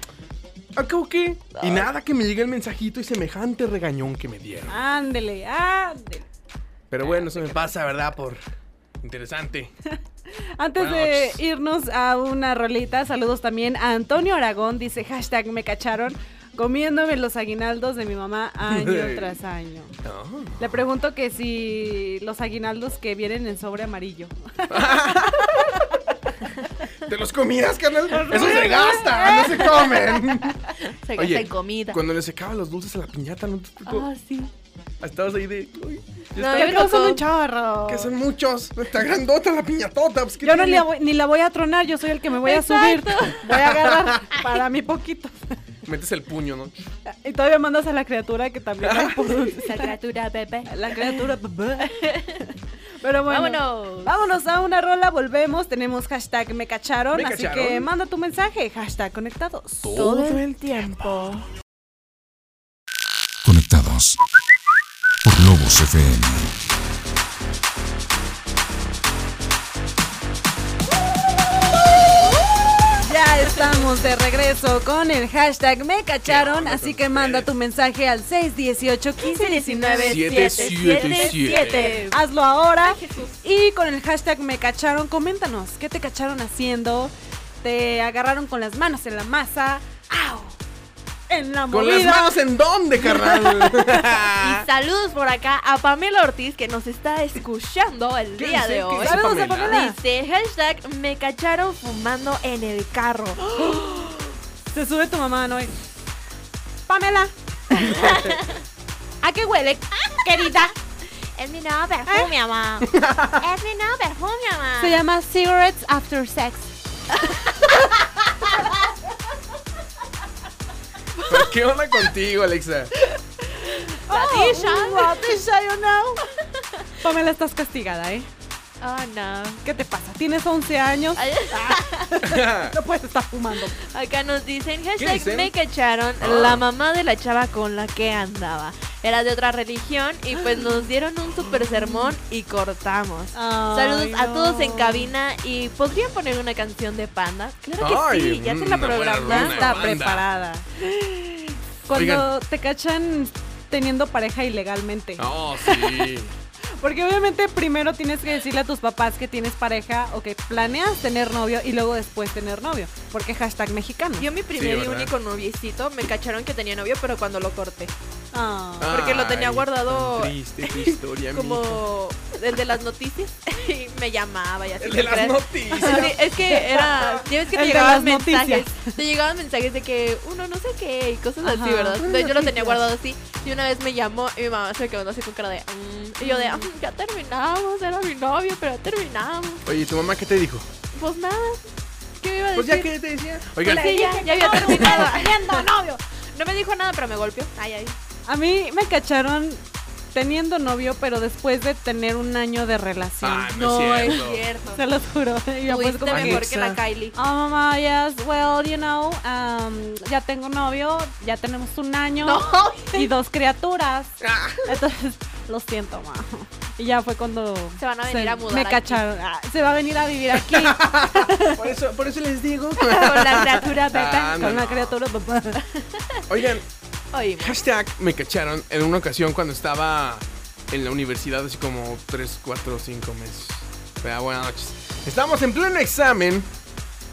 [SPEAKER 3] acabo qué.
[SPEAKER 2] Ah.
[SPEAKER 3] Y nada, que me llegue el mensajito y semejante regañón que me dieron.
[SPEAKER 4] Ándele, ándele.
[SPEAKER 3] Pero bueno, eso me pasa, ¿verdad? Por interesante.
[SPEAKER 4] Antes
[SPEAKER 3] Bueno,
[SPEAKER 4] de
[SPEAKER 3] pues.
[SPEAKER 4] irnos a una rolita, saludos también a Antonio Aragón. Dice hashtag me cacharon comiéndome los aguinaldos de mi mamá
[SPEAKER 3] *laughs*
[SPEAKER 4] año tras año.
[SPEAKER 3] No.
[SPEAKER 4] Le pregunto que si los aguinaldos que vienen en sobre amarillo.
[SPEAKER 3] ¿Te los comías, carnal? Eso se gasta, ah, no se
[SPEAKER 2] *laughs*
[SPEAKER 3] comen.
[SPEAKER 2] Se gasta
[SPEAKER 3] Oye,
[SPEAKER 2] en comida.
[SPEAKER 3] Cuando le secaban los dulces a la piñata, ¿no? te tocó?
[SPEAKER 2] Ah, sí.
[SPEAKER 3] Estabas ahí de. "Uy, ya
[SPEAKER 2] No,
[SPEAKER 3] está,
[SPEAKER 2] yo
[SPEAKER 4] Pero son
[SPEAKER 2] tocó.
[SPEAKER 4] un chorro.
[SPEAKER 3] que son muchos. Está grandota la piñatota. Pues, ¿qué
[SPEAKER 4] Yo no
[SPEAKER 3] tiene?"
[SPEAKER 4] la voy- ni la voy a tronar, yo soy el que me voy a
[SPEAKER 2] Exacto.
[SPEAKER 4] subir. *laughs* Voy a agarrar para mí poquito. *laughs*
[SPEAKER 3] Metes el puño, ¿no?
[SPEAKER 4] Y todavía mandas a la criatura que también
[SPEAKER 3] *laughs*
[SPEAKER 4] va por dulces.
[SPEAKER 2] Esa criatura, Pepe.
[SPEAKER 4] La criatura. Pero bueno.
[SPEAKER 2] Vámonos.
[SPEAKER 4] Vámonos a una rola, volvemos. Tenemos hashtag me cacharon,
[SPEAKER 3] Me
[SPEAKER 4] así
[SPEAKER 3] cacharon.
[SPEAKER 4] que manda tu mensaje, hashtag conectados.
[SPEAKER 2] Todo el tiempo.
[SPEAKER 1] Conectados por Lobos FM.
[SPEAKER 4] Ya estamos de regreso con el hashtag me cacharon, así que manda tu mensaje al 618 1519.
[SPEAKER 2] 7,
[SPEAKER 3] Siete, siete,
[SPEAKER 2] 7,
[SPEAKER 3] siete.
[SPEAKER 2] 7.
[SPEAKER 4] Este, Hazlo ahora.
[SPEAKER 2] Jesús.
[SPEAKER 4] Y con el hashtag me cacharon, coméntanos, ¿qué te cacharon haciendo? ¿Te agarraron con las manos en la masa? ¡Au! En la
[SPEAKER 3] ¿Con
[SPEAKER 4] movida.
[SPEAKER 3] las manos en
[SPEAKER 2] *laughs*
[SPEAKER 3] dónde, carnal?
[SPEAKER 2] Ah, Y saludos por acá a Pamela Ortiz que nos está escuchando el
[SPEAKER 3] ¿Qué
[SPEAKER 2] día
[SPEAKER 3] dice?
[SPEAKER 2] de
[SPEAKER 3] ¿Qué
[SPEAKER 2] hoy.
[SPEAKER 3] dice
[SPEAKER 4] Saludos
[SPEAKER 3] Pamela?
[SPEAKER 4] a Pamela.
[SPEAKER 2] Dice hashtag me cacharon fumando en el carro.
[SPEAKER 4] Se sube tu mamá, ¿no? Y- Pamela. ¿A qué huele, querida?
[SPEAKER 2] Ah, Es mi nuevo
[SPEAKER 3] ¿Eh?
[SPEAKER 2] perfume, mamá.
[SPEAKER 3] *laughs*
[SPEAKER 2] Es mi nuevo perfume, mamá.
[SPEAKER 4] Se llama Cigarettes After Sex.
[SPEAKER 3] ¿Qué onda contigo, Alexa? *laughs*
[SPEAKER 2] Oh, Latisha.
[SPEAKER 4] Latisha, you know. *laughs* Pamela, estás castigada, ¿eh?
[SPEAKER 2] Oh, no.
[SPEAKER 4] ¿Qué te pasa? Tienes 11 años,
[SPEAKER 2] Ay,
[SPEAKER 3] Ah,
[SPEAKER 4] no puedes estar fumando.
[SPEAKER 2] Acá nos dicen,
[SPEAKER 3] ¿Qué
[SPEAKER 2] hashtag
[SPEAKER 3] dicen?
[SPEAKER 2] me cacharon
[SPEAKER 3] Ah.
[SPEAKER 2] la mamá de la chava con la que andaba. Era de otra religión y pues nos dieron un super sermón y cortamos. Saludos a todos en cabina y ¿podrían poner una canción de Panda? Claro que
[SPEAKER 3] Ay,
[SPEAKER 2] sí, ya se la
[SPEAKER 3] una buena
[SPEAKER 4] Ya
[SPEAKER 2] programamos.
[SPEAKER 3] rola.
[SPEAKER 4] está
[SPEAKER 3] Banda.
[SPEAKER 4] preparada. Cuando
[SPEAKER 3] Oigan.
[SPEAKER 4] te cachan teniendo pareja ilegalmente.
[SPEAKER 3] No, sí.
[SPEAKER 4] Porque obviamente primero tienes que decirle a tus papás que tienes pareja o que planeas tener novio y luego después tener novio. Porque hashtag mexicano.
[SPEAKER 2] Yo mi primer y
[SPEAKER 3] ¿verdad?
[SPEAKER 2] único noviecito me cacharon que tenía novio, pero cuando lo corté.
[SPEAKER 4] Ah.
[SPEAKER 2] Porque lo tenía
[SPEAKER 3] Ay,
[SPEAKER 2] guardado-
[SPEAKER 3] tan Triste tu historia, mijo.
[SPEAKER 2] Como el de las noticias *laughs* y me llamaba y así.
[SPEAKER 3] El de las
[SPEAKER 2] ¿crees? *laughs*
[SPEAKER 3] noticias.
[SPEAKER 2] Sí, es que era. Ya ves que te
[SPEAKER 4] El de
[SPEAKER 2] llegaban
[SPEAKER 4] las noticias.
[SPEAKER 2] mensajes. Te llegaban mensajes de que uno no sé qué y cosas
[SPEAKER 4] Ajá.
[SPEAKER 2] así, ¿verdad?
[SPEAKER 4] Unas
[SPEAKER 2] Entonces yo lo tenía
[SPEAKER 4] noticias.
[SPEAKER 2] guardado así. Y una vez me llamó y mi mamá se me quedó así con cara de. "Mm". Y yo de, "Ah, ya terminamos, era mi novio, pero ya terminamos.
[SPEAKER 3] Oye, ¿tu mamá qué te dijo?
[SPEAKER 2] Pues nada. ¿Qué me iba a decir? Pues
[SPEAKER 3] Pues ya que te decía. Oigan,
[SPEAKER 2] Sí, ya, ya había terminado. novio. No me dijo nada, pero me golpeó. Ay, ay.
[SPEAKER 4] A mí me cacharon teniendo novio, pero después de tener un año de relación.
[SPEAKER 3] Ah,
[SPEAKER 2] No, es
[SPEAKER 3] cierto.
[SPEAKER 2] cierto.
[SPEAKER 4] Se los juro. Y yo pues
[SPEAKER 2] Tuviste
[SPEAKER 4] como que,
[SPEAKER 2] mejor que Ah, la Kylie.
[SPEAKER 4] Oh, mamá, yes, well, you know, um, ya tengo novio, ya tenemos un año
[SPEAKER 2] No. Ah.
[SPEAKER 4] y dos
[SPEAKER 2] *laughs*
[SPEAKER 4] criaturas. Entonces, lo siento, mamá. Y ya fue cuando
[SPEAKER 2] Se van a venir a mudar
[SPEAKER 4] me
[SPEAKER 2] aquí.
[SPEAKER 4] cacharon. Ah, se va a venir a
[SPEAKER 2] *laughs*
[SPEAKER 4] vivir aquí
[SPEAKER 3] Por eso, por eso les digo.
[SPEAKER 2] Con la criatura
[SPEAKER 3] Ah,
[SPEAKER 2] Pepe.
[SPEAKER 4] con
[SPEAKER 3] no,
[SPEAKER 4] una
[SPEAKER 3] no.
[SPEAKER 4] criatura, papá.
[SPEAKER 3] *laughs* Oigan,
[SPEAKER 2] Oye,
[SPEAKER 3] hashtag me cacharon en una ocasión cuando estaba en la universidad, así como 3, 4, 5 meses. Pero buenas noches. Estábamos en pleno examen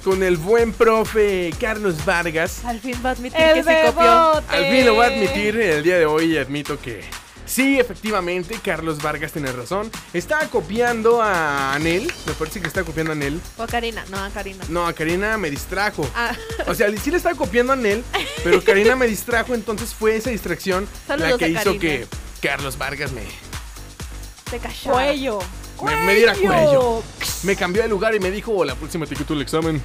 [SPEAKER 3] con el buen profe Carlos Vargas.
[SPEAKER 2] al fin va a admitir que
[SPEAKER 4] El
[SPEAKER 2] se copió.
[SPEAKER 4] bebote.
[SPEAKER 3] Al fin lo voy a admitir el día de hoy y admito que sí, efectivamente, Carlos Vargas tiene razón. Estaba copiando a Anel. Me parece que está copiando a Anel.
[SPEAKER 2] O a Karina, no a Karina.
[SPEAKER 3] No, a Karina me distrajo.
[SPEAKER 2] Ah,
[SPEAKER 3] O sea, sí le estaba copiando a Nel, pero Karina me distrajo, entonces fue esa distracción la
[SPEAKER 2] Saludos
[SPEAKER 3] que
[SPEAKER 2] a
[SPEAKER 3] hizo
[SPEAKER 2] Karina.
[SPEAKER 3] que Carlos Vargas me,
[SPEAKER 2] te cachó.
[SPEAKER 4] Cuello.
[SPEAKER 3] me, me diera cuello. Me cambió de lugar y me dijo, la próxima te quito el examen.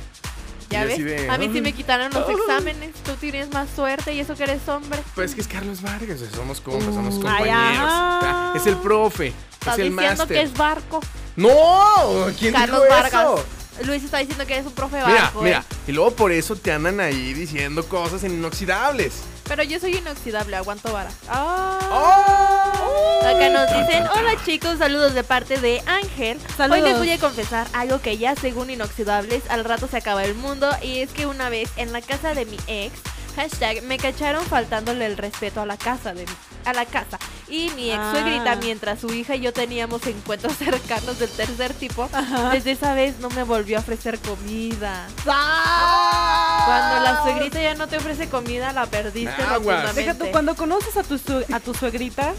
[SPEAKER 2] ¿Ya
[SPEAKER 3] Y
[SPEAKER 2] ves?
[SPEAKER 3] así de,
[SPEAKER 2] A mí sí
[SPEAKER 3] "Ah".
[SPEAKER 2] me quitaron
[SPEAKER 3] *laughs*
[SPEAKER 2] los exámenes. Tú tienes más suerte y eso que eres hombre.
[SPEAKER 3] Pues es que es Carlos Vargas, o sea, somos compas, somos
[SPEAKER 4] Mm.
[SPEAKER 3] compañeros.
[SPEAKER 4] Ay, ajá.
[SPEAKER 3] Ah, Es el profe,
[SPEAKER 2] Estás
[SPEAKER 3] es el
[SPEAKER 2] diciendo que
[SPEAKER 3] máster.
[SPEAKER 2] es barco.
[SPEAKER 3] ¡No! ¿Quién
[SPEAKER 2] Carlos
[SPEAKER 3] dijo
[SPEAKER 2] Vargas.
[SPEAKER 3] eso?
[SPEAKER 2] Luis está diciendo que eres un profe
[SPEAKER 3] Mira,
[SPEAKER 2] barco. ¿eh?
[SPEAKER 3] mira, y luego por eso te andan ahí diciendo cosas inoxidables.
[SPEAKER 2] Pero yo soy inoxidable, aguanto vara.
[SPEAKER 4] Ah.
[SPEAKER 3] ¡Oh!
[SPEAKER 2] Ah. Acá nos dicen, hola chicos, saludos de parte de Ángel.
[SPEAKER 4] Saludos.
[SPEAKER 2] Hoy les voy a confesar algo que ya según Inoxidables al rato se acaba el mundo y es que una vez en la casa de mi ex, hashtag, me cacharon faltándole el respeto a la casa de mi- a la casa. Y mi ex
[SPEAKER 4] Ah.
[SPEAKER 2] suegrita, mientras su hija y yo teníamos encuentros *laughs* cercanos del tercer tipo, desde esa vez no me volvió a ofrecer comida.
[SPEAKER 3] Ah.
[SPEAKER 2] Cuando la suegrita ya no te ofrece comida, la perdiste
[SPEAKER 3] Aguas.
[SPEAKER 4] Deja tú,
[SPEAKER 2] rotundamente. *laughs*
[SPEAKER 4] cuando conoces a tu, su- a tu *laughs* suegrita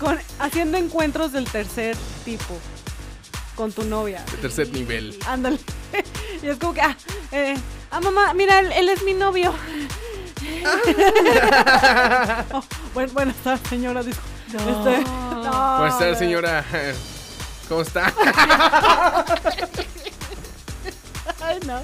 [SPEAKER 4] con, haciendo encuentros del tercer tipo con tu novia.
[SPEAKER 3] De tercer nivel.
[SPEAKER 4] Ándale. *laughs* Y es como que, ah, eh, ah, mamá, mira, él, él es mi novio.
[SPEAKER 3] Ah.
[SPEAKER 4] *laughs* Oh, bueno, buenas tardes, señora. discul- este, no,
[SPEAKER 3] Buenas tardes,
[SPEAKER 4] no.
[SPEAKER 3] señora. *laughs* ¿Cómo está?
[SPEAKER 4] Ay, no.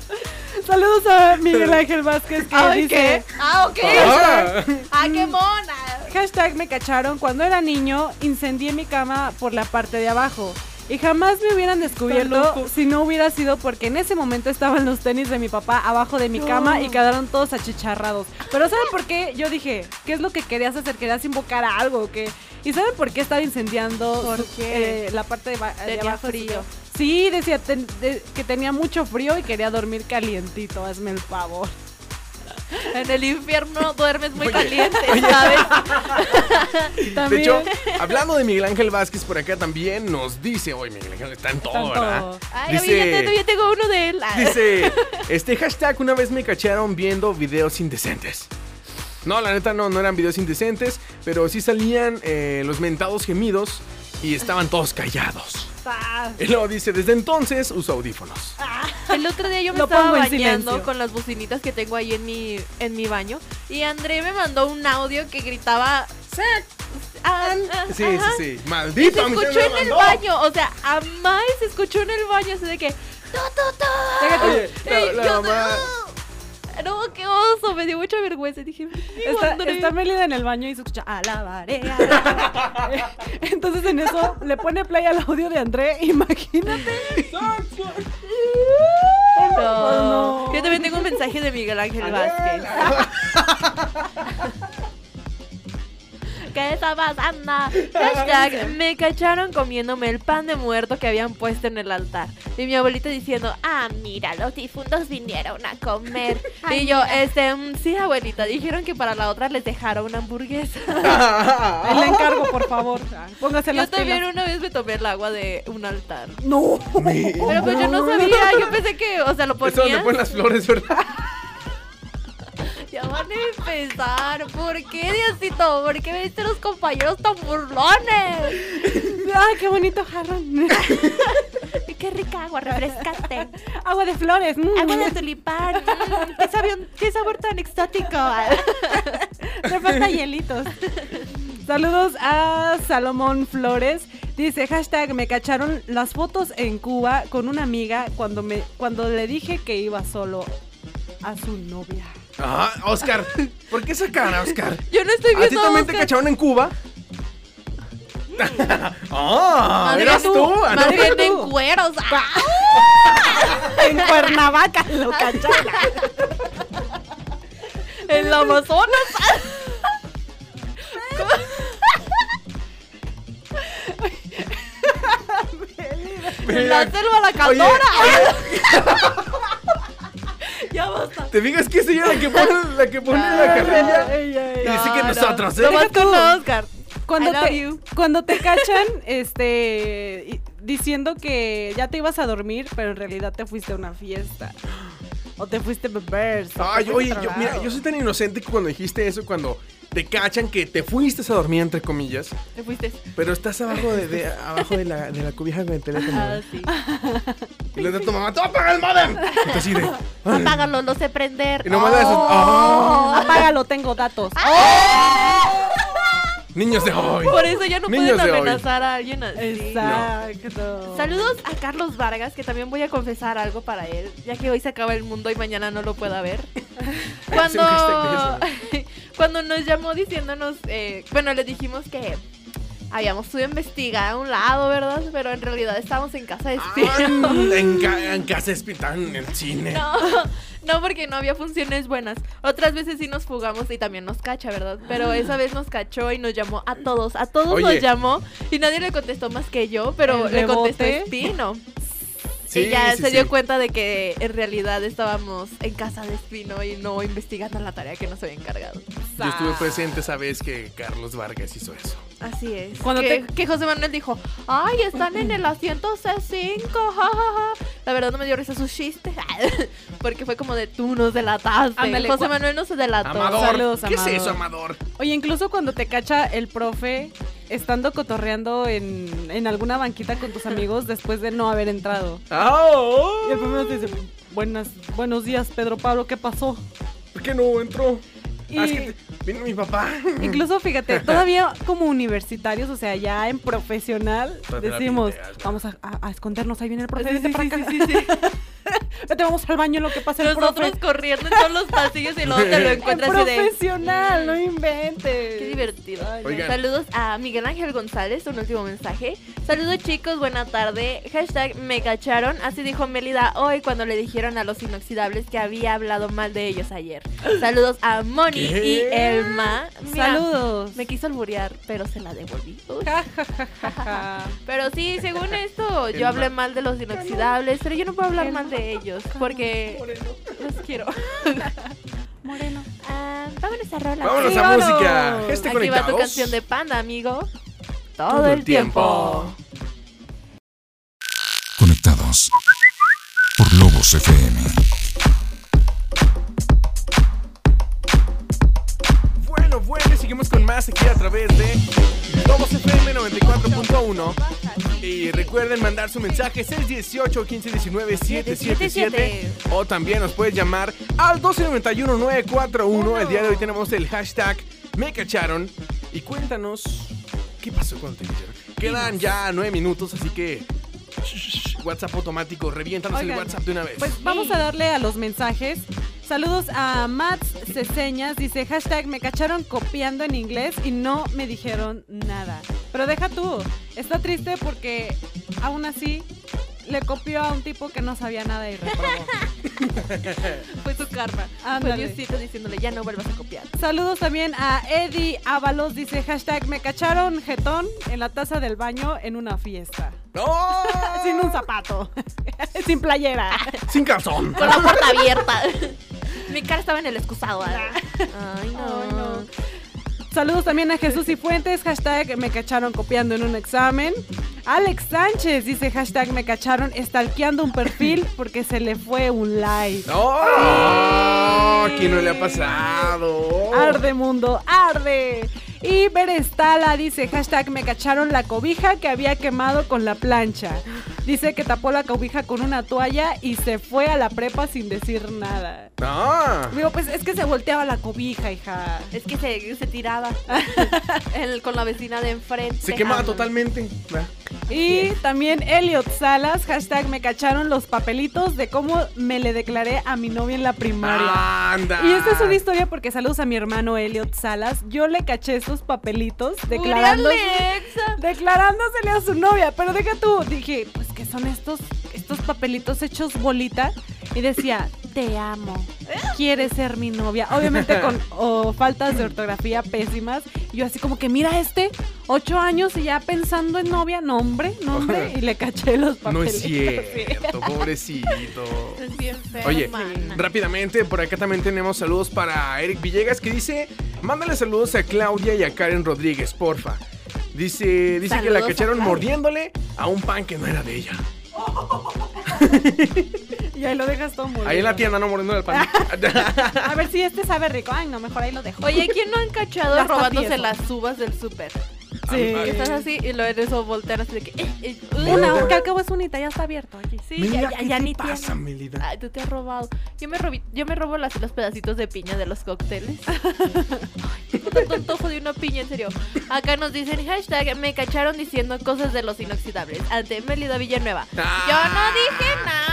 [SPEAKER 4] Saludos a Miguel Ángel Vázquez que
[SPEAKER 2] Ay,
[SPEAKER 4] dice,
[SPEAKER 2] ¿qué? Ah, ok.
[SPEAKER 3] Ah.
[SPEAKER 2] Ah, qué mona.
[SPEAKER 4] Hashtag me cacharon cuando era niño, incendié mi cama por la parte de abajo. Y jamás me hubieran descubierto
[SPEAKER 2] loco.
[SPEAKER 4] si no hubiera sido porque en ese momento estaban los tenis de mi papá abajo de mi cama y quedaron todos achicharrados. Pero ¿saben por qué? Yo dije, ¿qué es lo que querías hacer? ¿Querías invocar a algo o qué? ¿Y saben por qué estaba incendiando
[SPEAKER 2] ¿Por
[SPEAKER 4] su-
[SPEAKER 2] qué?
[SPEAKER 4] eh, la parte de, ba- de
[SPEAKER 2] Tenía
[SPEAKER 4] abajo? de su
[SPEAKER 2] frío.
[SPEAKER 4] cama? Sí, decía ten- de- que tenía mucho frío y quería dormir calientito, hazme el favor.
[SPEAKER 2] En el infierno duermes muy
[SPEAKER 3] Oye,
[SPEAKER 2] caliente,
[SPEAKER 3] *laughs*
[SPEAKER 2] ¿sabes?
[SPEAKER 3] De
[SPEAKER 4] También-
[SPEAKER 3] hecho, hablando de Miguel Ángel Vázquez por acá también nos dice, hoy Miguel Ángel está en todo,
[SPEAKER 4] Está en
[SPEAKER 3] ¿verdad?
[SPEAKER 4] todo.
[SPEAKER 2] Ay, a mí ya tengo, ya tengo uno de él. Ah,
[SPEAKER 3] dice, este hashtag una vez me cacharon viendo videos indecentes. No, la neta no, no eran videos indecentes, pero sí salían eh, los mentados gemidos y estaban todos callados.
[SPEAKER 4] Ah,
[SPEAKER 3] Y luego dice, desde entonces uso audífonos.
[SPEAKER 2] El otro día yo me
[SPEAKER 4] Lo
[SPEAKER 2] estaba
[SPEAKER 4] pongo en
[SPEAKER 2] bañando
[SPEAKER 4] silencio.
[SPEAKER 2] con las bocinitas que tengo ahí en mi, en mi baño y André me mandó un audio que gritaba... "Sac, ah, ah,
[SPEAKER 3] Sí,
[SPEAKER 2] ajá".
[SPEAKER 3] sí, sí.
[SPEAKER 2] Y se
[SPEAKER 3] Maldito, a mí
[SPEAKER 2] escuchó
[SPEAKER 3] también me
[SPEAKER 2] en el
[SPEAKER 3] mandó.
[SPEAKER 2] baño, o sea, a Mai se escuchó en el baño, así de que... "Tu, tu, tu".
[SPEAKER 3] Oye, la-
[SPEAKER 2] Ey,
[SPEAKER 3] la
[SPEAKER 2] yo-
[SPEAKER 3] mamá-
[SPEAKER 2] No, qué oso, me dio mucha vergüenza. Dije, "Digo,
[SPEAKER 4] Está,
[SPEAKER 2] André". Eh,
[SPEAKER 4] está Mélida en el baño y se escucha alabaré. alabaré". Entonces en eso le pone play al audio de André, imagínate. Pues
[SPEAKER 2] No.
[SPEAKER 4] No.
[SPEAKER 2] Yo también tengo un mensaje de Miguel Ángel
[SPEAKER 3] Ángel.
[SPEAKER 2] Vázquez. *laughs* ¿qué está pasando? *laughs* Hashtag, me cacharon comiéndome el pan de muerto que habían puesto en el altar. Y mi abuelita diciendo, ah, mira, los difuntos vinieron a *laughs* comer. y yo, este, mm, sí, abuelita, dijeron que para la otra les dejaron una *laughs* hamburguesa.
[SPEAKER 4] Ahí la encargo, por favor. Póngase
[SPEAKER 2] yo
[SPEAKER 4] las
[SPEAKER 2] también
[SPEAKER 4] pilas.
[SPEAKER 2] una vez me tomé el agua de un altar.
[SPEAKER 3] *laughs*
[SPEAKER 4] No.
[SPEAKER 2] Pero pues yo no sabía, yo pensé que, o sea, lo
[SPEAKER 3] Eso donde
[SPEAKER 2] ponía.
[SPEAKER 3] ponen las flores, ¿verdad?
[SPEAKER 2] Ya van a empezar. ¿Por qué, Diosito? ¿Por qué me diste los compañeros tan burlones?
[SPEAKER 4] Ay, qué bonito
[SPEAKER 2] *laughs*
[SPEAKER 4] jarrón.
[SPEAKER 2] Qué rica agua, refrescante.
[SPEAKER 4] Agua de flores. mm.
[SPEAKER 2] Agua de tulipán. mm, qué, sabio- qué sabor tan *laughs* exótico.
[SPEAKER 4] Le falta hielitos. Saludos a Salomón Flores. Dice, hashtag, me cacharon las fotos en Cuba con una amiga cuando, me, cuando le dije que iba solo a su novia.
[SPEAKER 3] Ah, Oscar. ¿Por qué esa cara, Oscar?
[SPEAKER 2] Yo no estoy
[SPEAKER 3] *laughs* ¿A ti
[SPEAKER 2] viendo
[SPEAKER 3] también te cacharon
[SPEAKER 2] *laughs*
[SPEAKER 3] en Cuba? ¡Ah! ¡Eras tú! Ah, no.
[SPEAKER 2] Más
[SPEAKER 4] Eres
[SPEAKER 2] bien en
[SPEAKER 4] tú.
[SPEAKER 2] cueros. Ah,
[SPEAKER 4] En Cuernavaca
[SPEAKER 2] *laughs*
[SPEAKER 4] lo cacharon.
[SPEAKER 2] En la Amazonas. En la
[SPEAKER 3] Mira,
[SPEAKER 2] selva la
[SPEAKER 3] oye,
[SPEAKER 2] cantora. *laughs* Ya basta.
[SPEAKER 3] ¿Te fijas que es ella la que pone la, que pone la carrilla? Y dice que
[SPEAKER 2] no.
[SPEAKER 3] nosotros, ¿eh?
[SPEAKER 2] Lo más
[SPEAKER 4] Deja
[SPEAKER 2] que
[SPEAKER 4] tú.
[SPEAKER 2] no, Oscar.
[SPEAKER 4] Cuando
[SPEAKER 2] I love
[SPEAKER 4] te,
[SPEAKER 2] you.
[SPEAKER 4] cuando te cachan, este, y- diciendo que ya te ibas a dormir, pero en realidad te fuiste a una fiesta. O te fuiste a beber. o
[SPEAKER 3] Ay, oye,
[SPEAKER 4] te fuiste
[SPEAKER 3] yo,
[SPEAKER 4] a otro
[SPEAKER 3] mira,
[SPEAKER 4] lado.
[SPEAKER 3] yo soy tan inocente que cuando dijiste eso, cuando te cachan que te fuiste a dormir, entre comillas,
[SPEAKER 2] Te fuiste.
[SPEAKER 3] pero estás abajo de, de- abajo de, la, de la cobija con el teléfono.
[SPEAKER 2] Ah, sí.
[SPEAKER 3] Y le da a tu mamá, ¡tú apaga el modem! Y tú así de,
[SPEAKER 2] Apágalo, no sé prender.
[SPEAKER 3] Y nomás le haces,
[SPEAKER 4] Oh,
[SPEAKER 3] ¡ah!
[SPEAKER 4] Apágalo, tengo datos.
[SPEAKER 2] Ah, Oh.
[SPEAKER 3] Niños de hoy.
[SPEAKER 2] Por eso ya no
[SPEAKER 3] Niños
[SPEAKER 2] pueden
[SPEAKER 3] de hoy.
[SPEAKER 2] amenazar a alguien así.
[SPEAKER 4] Exacto.
[SPEAKER 2] Saludos a Carlos Vargas, que también voy a confesar algo para él, ya que hoy se acaba el mundo y mañana no lo pueda
[SPEAKER 3] *laughs*
[SPEAKER 2] ver.
[SPEAKER 3] Es un hashtag
[SPEAKER 2] Cuando, *laughs* cuando nos llamó diciéndonos, eh, bueno, le dijimos que habíamos sido investigar a un lado, ¿verdad? Pero en realidad estábamos en casa de Spiro.
[SPEAKER 3] Anda, en, ca- en casa espitan en el cine.
[SPEAKER 2] *laughs* No, no, porque no había funciones buenas. Otras veces sí nos fugamos y también nos cacha, ¿verdad? Pero esa vez nos cachó y nos llamó a todos. A todos
[SPEAKER 3] Ah. Oye.
[SPEAKER 2] nos llamó y nadie le contestó más que yo, pero
[SPEAKER 4] ¿El
[SPEAKER 2] le contestó
[SPEAKER 4] rebote?
[SPEAKER 2] Espino.
[SPEAKER 3] Sí,
[SPEAKER 2] y ya
[SPEAKER 3] sí,
[SPEAKER 2] se dio
[SPEAKER 3] sí.
[SPEAKER 2] cuenta de que en realidad estábamos en casa de Espino y no investigando la tarea que nos había encargado.
[SPEAKER 3] Yo estuve
[SPEAKER 4] Ah.
[SPEAKER 3] presente esa vez que Carlos Vargas hizo eso.
[SPEAKER 2] Así es.
[SPEAKER 4] Cuando
[SPEAKER 2] que,
[SPEAKER 4] te-
[SPEAKER 2] que José Manuel dijo, ay, están en el asiento C5, ja, ja, ja". La verdad no me dio risa su chiste, *laughs* porque fue como de tú nos delataste.
[SPEAKER 4] Ándale,
[SPEAKER 2] José
[SPEAKER 4] cua-
[SPEAKER 2] Manuel nos delató.
[SPEAKER 3] Amador.
[SPEAKER 4] saludos,
[SPEAKER 3] ¿Qué
[SPEAKER 4] Amador.
[SPEAKER 3] es eso, Amador?
[SPEAKER 4] Oye, incluso cuando te cacha el profe estando cotorreando en, en alguna banquita con tus amigos después de no haber entrado.
[SPEAKER 3] Ah, oh.
[SPEAKER 4] Y el profe te dice, Buenas, buenos días, Pedro Pablo, ¿qué pasó?
[SPEAKER 3] ¿Por qué no entró?
[SPEAKER 4] Y-
[SPEAKER 3] Ah, es que te- vino mi papá.
[SPEAKER 2] *laughs*
[SPEAKER 4] Incluso, fíjate, todavía como universitarios, o sea, ya en profesional,
[SPEAKER 2] Pues
[SPEAKER 3] Todavía la
[SPEAKER 4] decimos,
[SPEAKER 3] pinteas, ¿no?
[SPEAKER 4] vamos a, a- a escondernos, ahí viene el profe,
[SPEAKER 2] Sí,
[SPEAKER 4] vente
[SPEAKER 2] sí,
[SPEAKER 4] para
[SPEAKER 2] sí,
[SPEAKER 4] acá.
[SPEAKER 2] sí, sí, sí.
[SPEAKER 4] *laughs* Vete, vamos al baño, lo que pasa el
[SPEAKER 2] Nosotros
[SPEAKER 4] profe.
[SPEAKER 2] corriendo en todos los pasillos y luego te lo
[SPEAKER 3] Eh,
[SPEAKER 4] ¡Es
[SPEAKER 2] encuentras y de... "Mm,
[SPEAKER 4] profesional, no inventes.
[SPEAKER 2] Qué divertido.
[SPEAKER 4] Ay,
[SPEAKER 3] Oigan.
[SPEAKER 2] Saludos a Miguel Ángel González, un último mensaje. Saludos chicos, buena tarde. Hashtag me cacharon. Así dijo Melida hoy cuando le dijeron a los inoxidables que había hablado mal de ellos ayer. Saludos a Moni
[SPEAKER 3] ¿Qué?
[SPEAKER 2] y Elma. Mira,
[SPEAKER 4] Saludos.
[SPEAKER 2] Me quiso alburear, pero se la devolví. Uy.
[SPEAKER 4] Ajá.
[SPEAKER 2] Pero sí,
[SPEAKER 3] *laughs*
[SPEAKER 2] según esto, yo
[SPEAKER 3] Elma.
[SPEAKER 2] hablé mal de los inoxidables, pero yo no puedo hablar mal de ellos porque los quiero.
[SPEAKER 4] *laughs* Moreno.
[SPEAKER 2] Ah, vámonos a rola.
[SPEAKER 3] Vámonos
[SPEAKER 4] Sí,
[SPEAKER 3] a
[SPEAKER 4] vámonos.
[SPEAKER 3] música. Este
[SPEAKER 2] Aquí va tu
[SPEAKER 3] conectados.
[SPEAKER 2] canción de panda, amigo. Todo,
[SPEAKER 3] Todo el
[SPEAKER 2] el tiempo.
[SPEAKER 3] tiempo.
[SPEAKER 1] Conectados por Lobos FM.
[SPEAKER 3] Bueno, bueno, y seguimos con más aquí a través de Lobos FM 94.1. Y recuerden mandar su mensaje 618-1519-777. O también nos puedes llamar al 1291-941. El día de hoy tenemos el hashtag Me Cacharon. Y cuéntanos qué pasó cuando te cacharon. Quedan ya nueve minutos, así que. shh, WhatsApp automático, reviéntanos el
[SPEAKER 4] Oigan,
[SPEAKER 3] WhatsApp de una vez.
[SPEAKER 4] Pues vamos a darle a los mensajes. Saludos a Mats Ceseñas. Dice hashtag me cacharon copiando en inglés y no me dijeron nada. Pero deja tú. Está triste porque aún así le copió a un tipo que no sabía nada y reprobó.
[SPEAKER 2] Fue su karma. Fue
[SPEAKER 4] Ándale.
[SPEAKER 2] Diosito diciéndole, ya no vuelvas a copiar.
[SPEAKER 4] Saludos también a Eddie Ábalos, dice hashtag me cacharon jetón en la taza del baño en una fiesta. *laughs*
[SPEAKER 3] ¡No!
[SPEAKER 4] Sin un zapato, *laughs* sin playera.
[SPEAKER 3] Sin calzón.
[SPEAKER 2] Con la puerta abierta. *laughs* Mi cara estaba en el excusado. ¿verdad? Ay, no.
[SPEAKER 4] Ay, no. Saludos también a Jesús y Fuentes, hashtag me cacharon copiando en un examen. Alex Sánchez dice hashtag me cacharon estalqueando un perfil porque se le fue un like.
[SPEAKER 3] ¡No! ¿Quién no le ha pasado?
[SPEAKER 4] Arde mundo, arde. Y Berestala dice, hashtag me cacharon la cobija que había quemado con la plancha. Dice que tapó la cobija con una toalla y se fue a la prepa sin decir nada.
[SPEAKER 3] ¡Ah!
[SPEAKER 4] Digo, pues es que se volteaba la cobija, hija.
[SPEAKER 2] Es que se, se *laughs* tiraba El- con la vecina de enfrente.
[SPEAKER 3] Se quemaba
[SPEAKER 2] Ah, no.
[SPEAKER 3] totalmente. Ah.
[SPEAKER 4] Y también Elliot Salas, hashtag me cacharon los papelitos de cómo me le declaré a mi novia en la primaria.
[SPEAKER 3] Ah. ¡Anda!
[SPEAKER 4] Y
[SPEAKER 2] este
[SPEAKER 4] esta es una historia porque saludos a mi hermano Elliot Salas. Yo le caché estos papelitos declarando.
[SPEAKER 2] Uriel Exa.
[SPEAKER 4] declarándosele a su novia. Pero deja tú, dije, pues que son estos, estos papelitos hechos bolita. Y decía, te amo, quieres ser mi novia. Obviamente
[SPEAKER 3] *laughs*
[SPEAKER 4] con o, faltas de ortografía pésimas. Y yo así como que, mira este, ocho años y ya pensando en novia, nombre,
[SPEAKER 3] *laughs*
[SPEAKER 4] nombre. Y le caché los papelitos.
[SPEAKER 3] No es cierto, pobrecito.
[SPEAKER 2] *laughs* Es bien feo,
[SPEAKER 3] Oye,
[SPEAKER 2] mana.
[SPEAKER 3] rápidamente, por acá también tenemos saludos para Eric Villegas que dice, mándale saludos a Claudia y a Karen Rodríguez, porfa. Dice, dice que
[SPEAKER 2] Saludos
[SPEAKER 3] la
[SPEAKER 2] a
[SPEAKER 3] cacharon
[SPEAKER 2] Claudia.
[SPEAKER 3] mordiéndole a un pan que no era de ella.
[SPEAKER 4] Y ahí lo dejas todo molido.
[SPEAKER 3] Ahí en la tienda, no mordiendo el pan.
[SPEAKER 4] A ver si este sabe rico. Ay, no, mejor ahí lo dejo.
[SPEAKER 2] Oye, ¿quién no han cachado
[SPEAKER 4] Las
[SPEAKER 2] robándose
[SPEAKER 4] papillas.
[SPEAKER 2] las uvas del súper?
[SPEAKER 4] *laughs* Sí.
[SPEAKER 3] Eh.
[SPEAKER 2] Que Estás así y lo eres o voltear así de que. eh, eh, uh,
[SPEAKER 4] Una, que al cabo es unita, ya está abierto. oye.
[SPEAKER 2] *laughs* Sí,
[SPEAKER 3] Melida,
[SPEAKER 2] ya, ya,
[SPEAKER 3] ¿qué
[SPEAKER 2] ya
[SPEAKER 3] te
[SPEAKER 2] ni
[SPEAKER 3] pasa,
[SPEAKER 2] tiene.
[SPEAKER 3] Melida?
[SPEAKER 2] Ay, tú te has robado. Yo me, robí- yo me robo las, los pedacitos de piña de los cócteles. Ay, tengo tanto antojo de una piña, en serio. Acá nos dicen hashtag me cacharon diciendo cosas de los inoxidables. Ante Melida Villanueva.
[SPEAKER 3] Ah,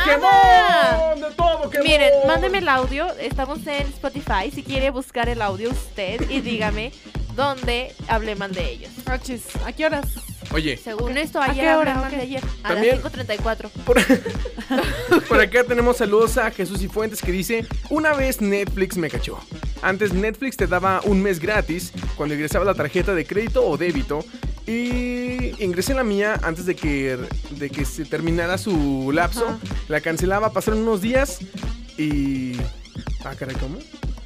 [SPEAKER 2] yo no dije nada.
[SPEAKER 3] ¡Quemón! ¡De todo, quemón!
[SPEAKER 2] Miren, mándenme el audio. Estamos en Spotify. Si quiere buscar el audio usted y dígame dónde hablé mal de ellos.
[SPEAKER 4] Noches, ¿a qué horas?
[SPEAKER 3] Oye,
[SPEAKER 2] Según esto,
[SPEAKER 4] ¿A
[SPEAKER 2] ayer
[SPEAKER 4] qué hora?
[SPEAKER 2] hablé mal
[SPEAKER 4] Ok.
[SPEAKER 2] de ayer. A
[SPEAKER 3] También-
[SPEAKER 2] las 5.34.
[SPEAKER 3] por... *laughs* por acá tenemos saludos a Jesús y Fuentes que dice, una vez Netflix me cachó. Antes Netflix te daba un mes gratis cuando ingresaba la tarjeta de crédito o débito. Y ingresé la mía antes de que, de que se terminara su lapso.
[SPEAKER 2] Ajá.
[SPEAKER 3] La cancelaba, pasaron unos días y... Ah, caray, ¿cómo?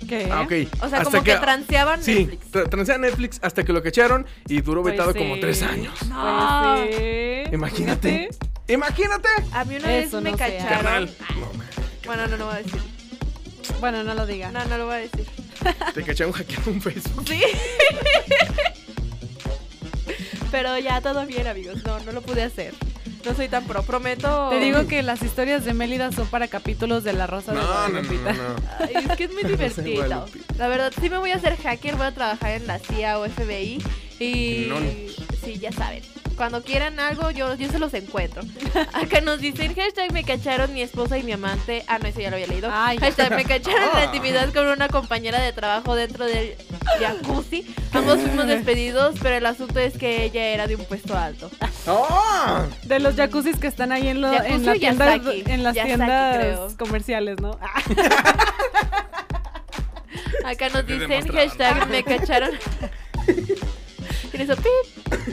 [SPEAKER 4] ¿Qué?
[SPEAKER 3] Ah, ok.
[SPEAKER 2] O sea,
[SPEAKER 3] Hasta
[SPEAKER 2] como que, transeaban
[SPEAKER 3] Sí,
[SPEAKER 2] Netflix.
[SPEAKER 3] tra- transé a Netflix hasta que lo cacharon y duró
[SPEAKER 4] Pues
[SPEAKER 3] vetado
[SPEAKER 4] sí.
[SPEAKER 3] como tres años.
[SPEAKER 4] No.
[SPEAKER 2] Pues
[SPEAKER 3] Imagínate.
[SPEAKER 4] Fíjate.
[SPEAKER 3] Imagínate.
[SPEAKER 2] A mí una vez
[SPEAKER 4] Eso
[SPEAKER 2] me
[SPEAKER 4] no se hace.
[SPEAKER 2] cacharon.
[SPEAKER 3] No, man,
[SPEAKER 2] Bueno, no lo voy a decir.
[SPEAKER 4] Bueno, no lo diga.
[SPEAKER 2] No, no lo voy a decir.
[SPEAKER 3] te cacharon hackeando un Facebook.
[SPEAKER 2] Sí. *laughs* Pero ya todo bien, amigos. No, no lo pude hacer. No soy tan pro. Prometo.
[SPEAKER 4] Te digo que las historias de Mélida son para capítulos de La Rosa de
[SPEAKER 3] No, no, no,
[SPEAKER 4] Guadalupita.
[SPEAKER 3] no, *laughs* no.
[SPEAKER 2] Ay, es que es muy divertido.
[SPEAKER 3] Guadalupe.
[SPEAKER 2] La verdad, sí me voy a hacer hacker, voy a trabajar en la CIA o FBI. Y
[SPEAKER 3] No, no.
[SPEAKER 2] sí, ya saben. Cuando quieran algo, yo, yo se los encuentro. *laughs* Acá nos dicen, hashtag me cacharon mi esposa y mi amante. Ah, no, eso ya lo había leído.
[SPEAKER 4] Ay.
[SPEAKER 2] hashtag me cacharon en
[SPEAKER 3] Ah.
[SPEAKER 2] la actividad con una compañera de trabajo dentro del jacuzzi. Ambos fuimos despedidos, pero el asunto es que ella era de un puesto alto.
[SPEAKER 3] ¡Oh!
[SPEAKER 4] *laughs* De los jacuzzis que están ahí en, lo-
[SPEAKER 2] Jacuzzi
[SPEAKER 4] en, la
[SPEAKER 2] o
[SPEAKER 4] tienda-
[SPEAKER 2] Yasaki.
[SPEAKER 4] en las
[SPEAKER 2] Yasaki,
[SPEAKER 4] tiendas
[SPEAKER 2] creo.
[SPEAKER 4] comerciales, ¿no? Ah,
[SPEAKER 2] Acá nos
[SPEAKER 3] Te
[SPEAKER 2] dicen,
[SPEAKER 3] demostraron.
[SPEAKER 2] hashtag me cacharon. Y eso, pip,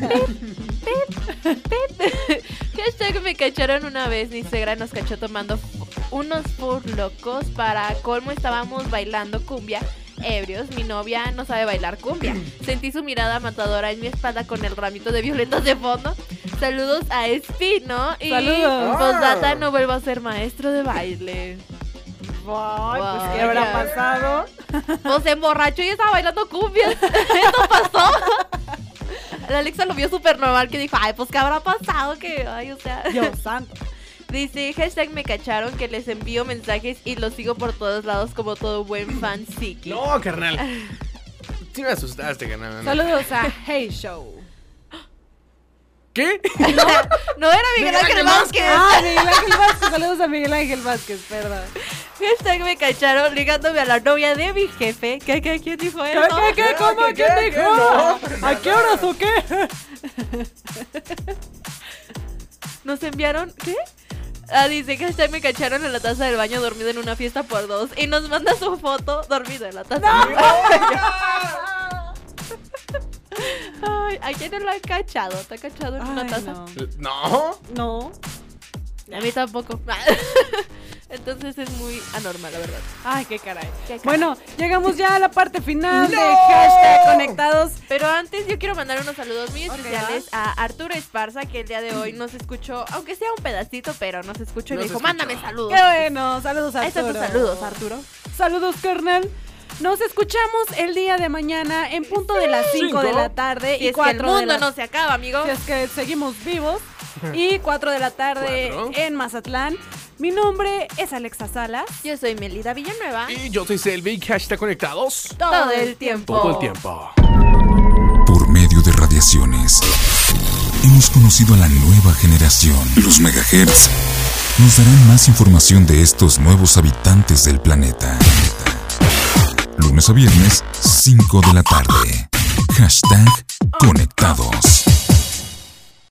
[SPEAKER 2] pip, *laughs* pip, pip. Hashtag me cacharon una vez. Mi suegra nos cachó tomando fu- unos locos Para colmo estábamos bailando cumbia. Ebrios, mi novia no sabe bailar cumbia. Sentí su mirada matadora en mi espalda con el ramito de violetas de fondo. Saludos a Espino y
[SPEAKER 4] Saludos.
[SPEAKER 2] postdata no vuelvo a ser maestro de baile.
[SPEAKER 4] Ay, pues, ¿qué
[SPEAKER 2] Vaya.
[SPEAKER 4] habrá pasado?
[SPEAKER 2] No se emborrachó y estaba bailando cumbia. *laughs* Esto pasó. La Alexa lo vio súper normal que dijo, ay, pues qué habrá pasado que, ay, o sea. *laughs*
[SPEAKER 4] Dios santo.
[SPEAKER 2] Dice, hashtag me cacharon que les envío mensajes y los sigo por todos lados como todo buen fan psiqui.
[SPEAKER 3] No, carnal. Sí me asustaste, carnal.
[SPEAKER 4] Saludos a Hey Show.
[SPEAKER 3] ¿Qué? *laughs*
[SPEAKER 2] No era Miguel
[SPEAKER 3] Miguel
[SPEAKER 2] Ángel
[SPEAKER 3] Ángel
[SPEAKER 2] Vázquez.
[SPEAKER 4] Ah, Miguel Ángel Vázquez. Saludos a Miguel Ángel Vázquez, perdón.
[SPEAKER 2] Hashtag me cacharon ligándome a la novia de mi jefe. ¿Qué, qué, quién dijo
[SPEAKER 4] ¿Qué,
[SPEAKER 2] eso?
[SPEAKER 4] qué, qué? ¿Cómo?
[SPEAKER 3] ¿Qué,
[SPEAKER 4] ¿Qué
[SPEAKER 3] qué,
[SPEAKER 4] dijo?
[SPEAKER 3] qué? No.
[SPEAKER 4] ¿A qué horas o qué?
[SPEAKER 2] Nos enviaron, ¿qué? Ah, dice que hashtag me cacharon en la taza del baño dormido en una fiesta por dos. Y nos manda su foto dormido en la taza. del
[SPEAKER 4] *laughs*
[SPEAKER 2] baño. Ay, ¿A quién no lo han cachado? ¿Te ha cachado en una
[SPEAKER 4] Ay,
[SPEAKER 2] taza?
[SPEAKER 4] no.
[SPEAKER 3] No.
[SPEAKER 4] No.
[SPEAKER 2] A mí tampoco. *laughs* Entonces es muy anormal, la verdad.
[SPEAKER 4] Ay, qué caray.
[SPEAKER 2] Qué caray.
[SPEAKER 4] Bueno, llegamos ya a la parte final de
[SPEAKER 3] No.
[SPEAKER 4] hashtag conectados.
[SPEAKER 2] Pero antes yo quiero mandar unos saludos muy
[SPEAKER 4] Ok,
[SPEAKER 2] especiales a Arturo Esparza, que el día de hoy nos escuchó, aunque sea un pedacito, pero nos escuchó y
[SPEAKER 3] Nos
[SPEAKER 2] dijo,
[SPEAKER 3] escuchó.
[SPEAKER 2] mándame
[SPEAKER 4] Qué
[SPEAKER 2] saludos.
[SPEAKER 4] bueno. Saludos,
[SPEAKER 2] Ahí están
[SPEAKER 4] Arturo.
[SPEAKER 2] tus saludos, Arturo.
[SPEAKER 4] Saludos, carnal. Nos escuchamos el día de mañana en punto de las 5
[SPEAKER 3] Cinco.
[SPEAKER 4] de la tarde
[SPEAKER 2] Y
[SPEAKER 4] y
[SPEAKER 2] es que el
[SPEAKER 4] 4 de
[SPEAKER 2] mundo
[SPEAKER 4] la
[SPEAKER 2] no se acaba, amigo.
[SPEAKER 4] Si es que seguimos vivos. Y 4 de la tarde
[SPEAKER 3] Cuatro.
[SPEAKER 4] en Mazatlán. Mi nombre es Alexa Salas.
[SPEAKER 2] Yo soy Melida Villanueva.
[SPEAKER 3] Y yo soy Selvi, hashtag conectados.
[SPEAKER 2] Todo el tiempo.
[SPEAKER 4] Oh.
[SPEAKER 3] Todo el tiempo.
[SPEAKER 1] Por medio de radiaciones, hemos conocido a la nueva generación. Los megahertz nos darán más información de estos nuevos habitantes del planeta. Lunes a viernes, 5 de la tarde. Hashtag conectados.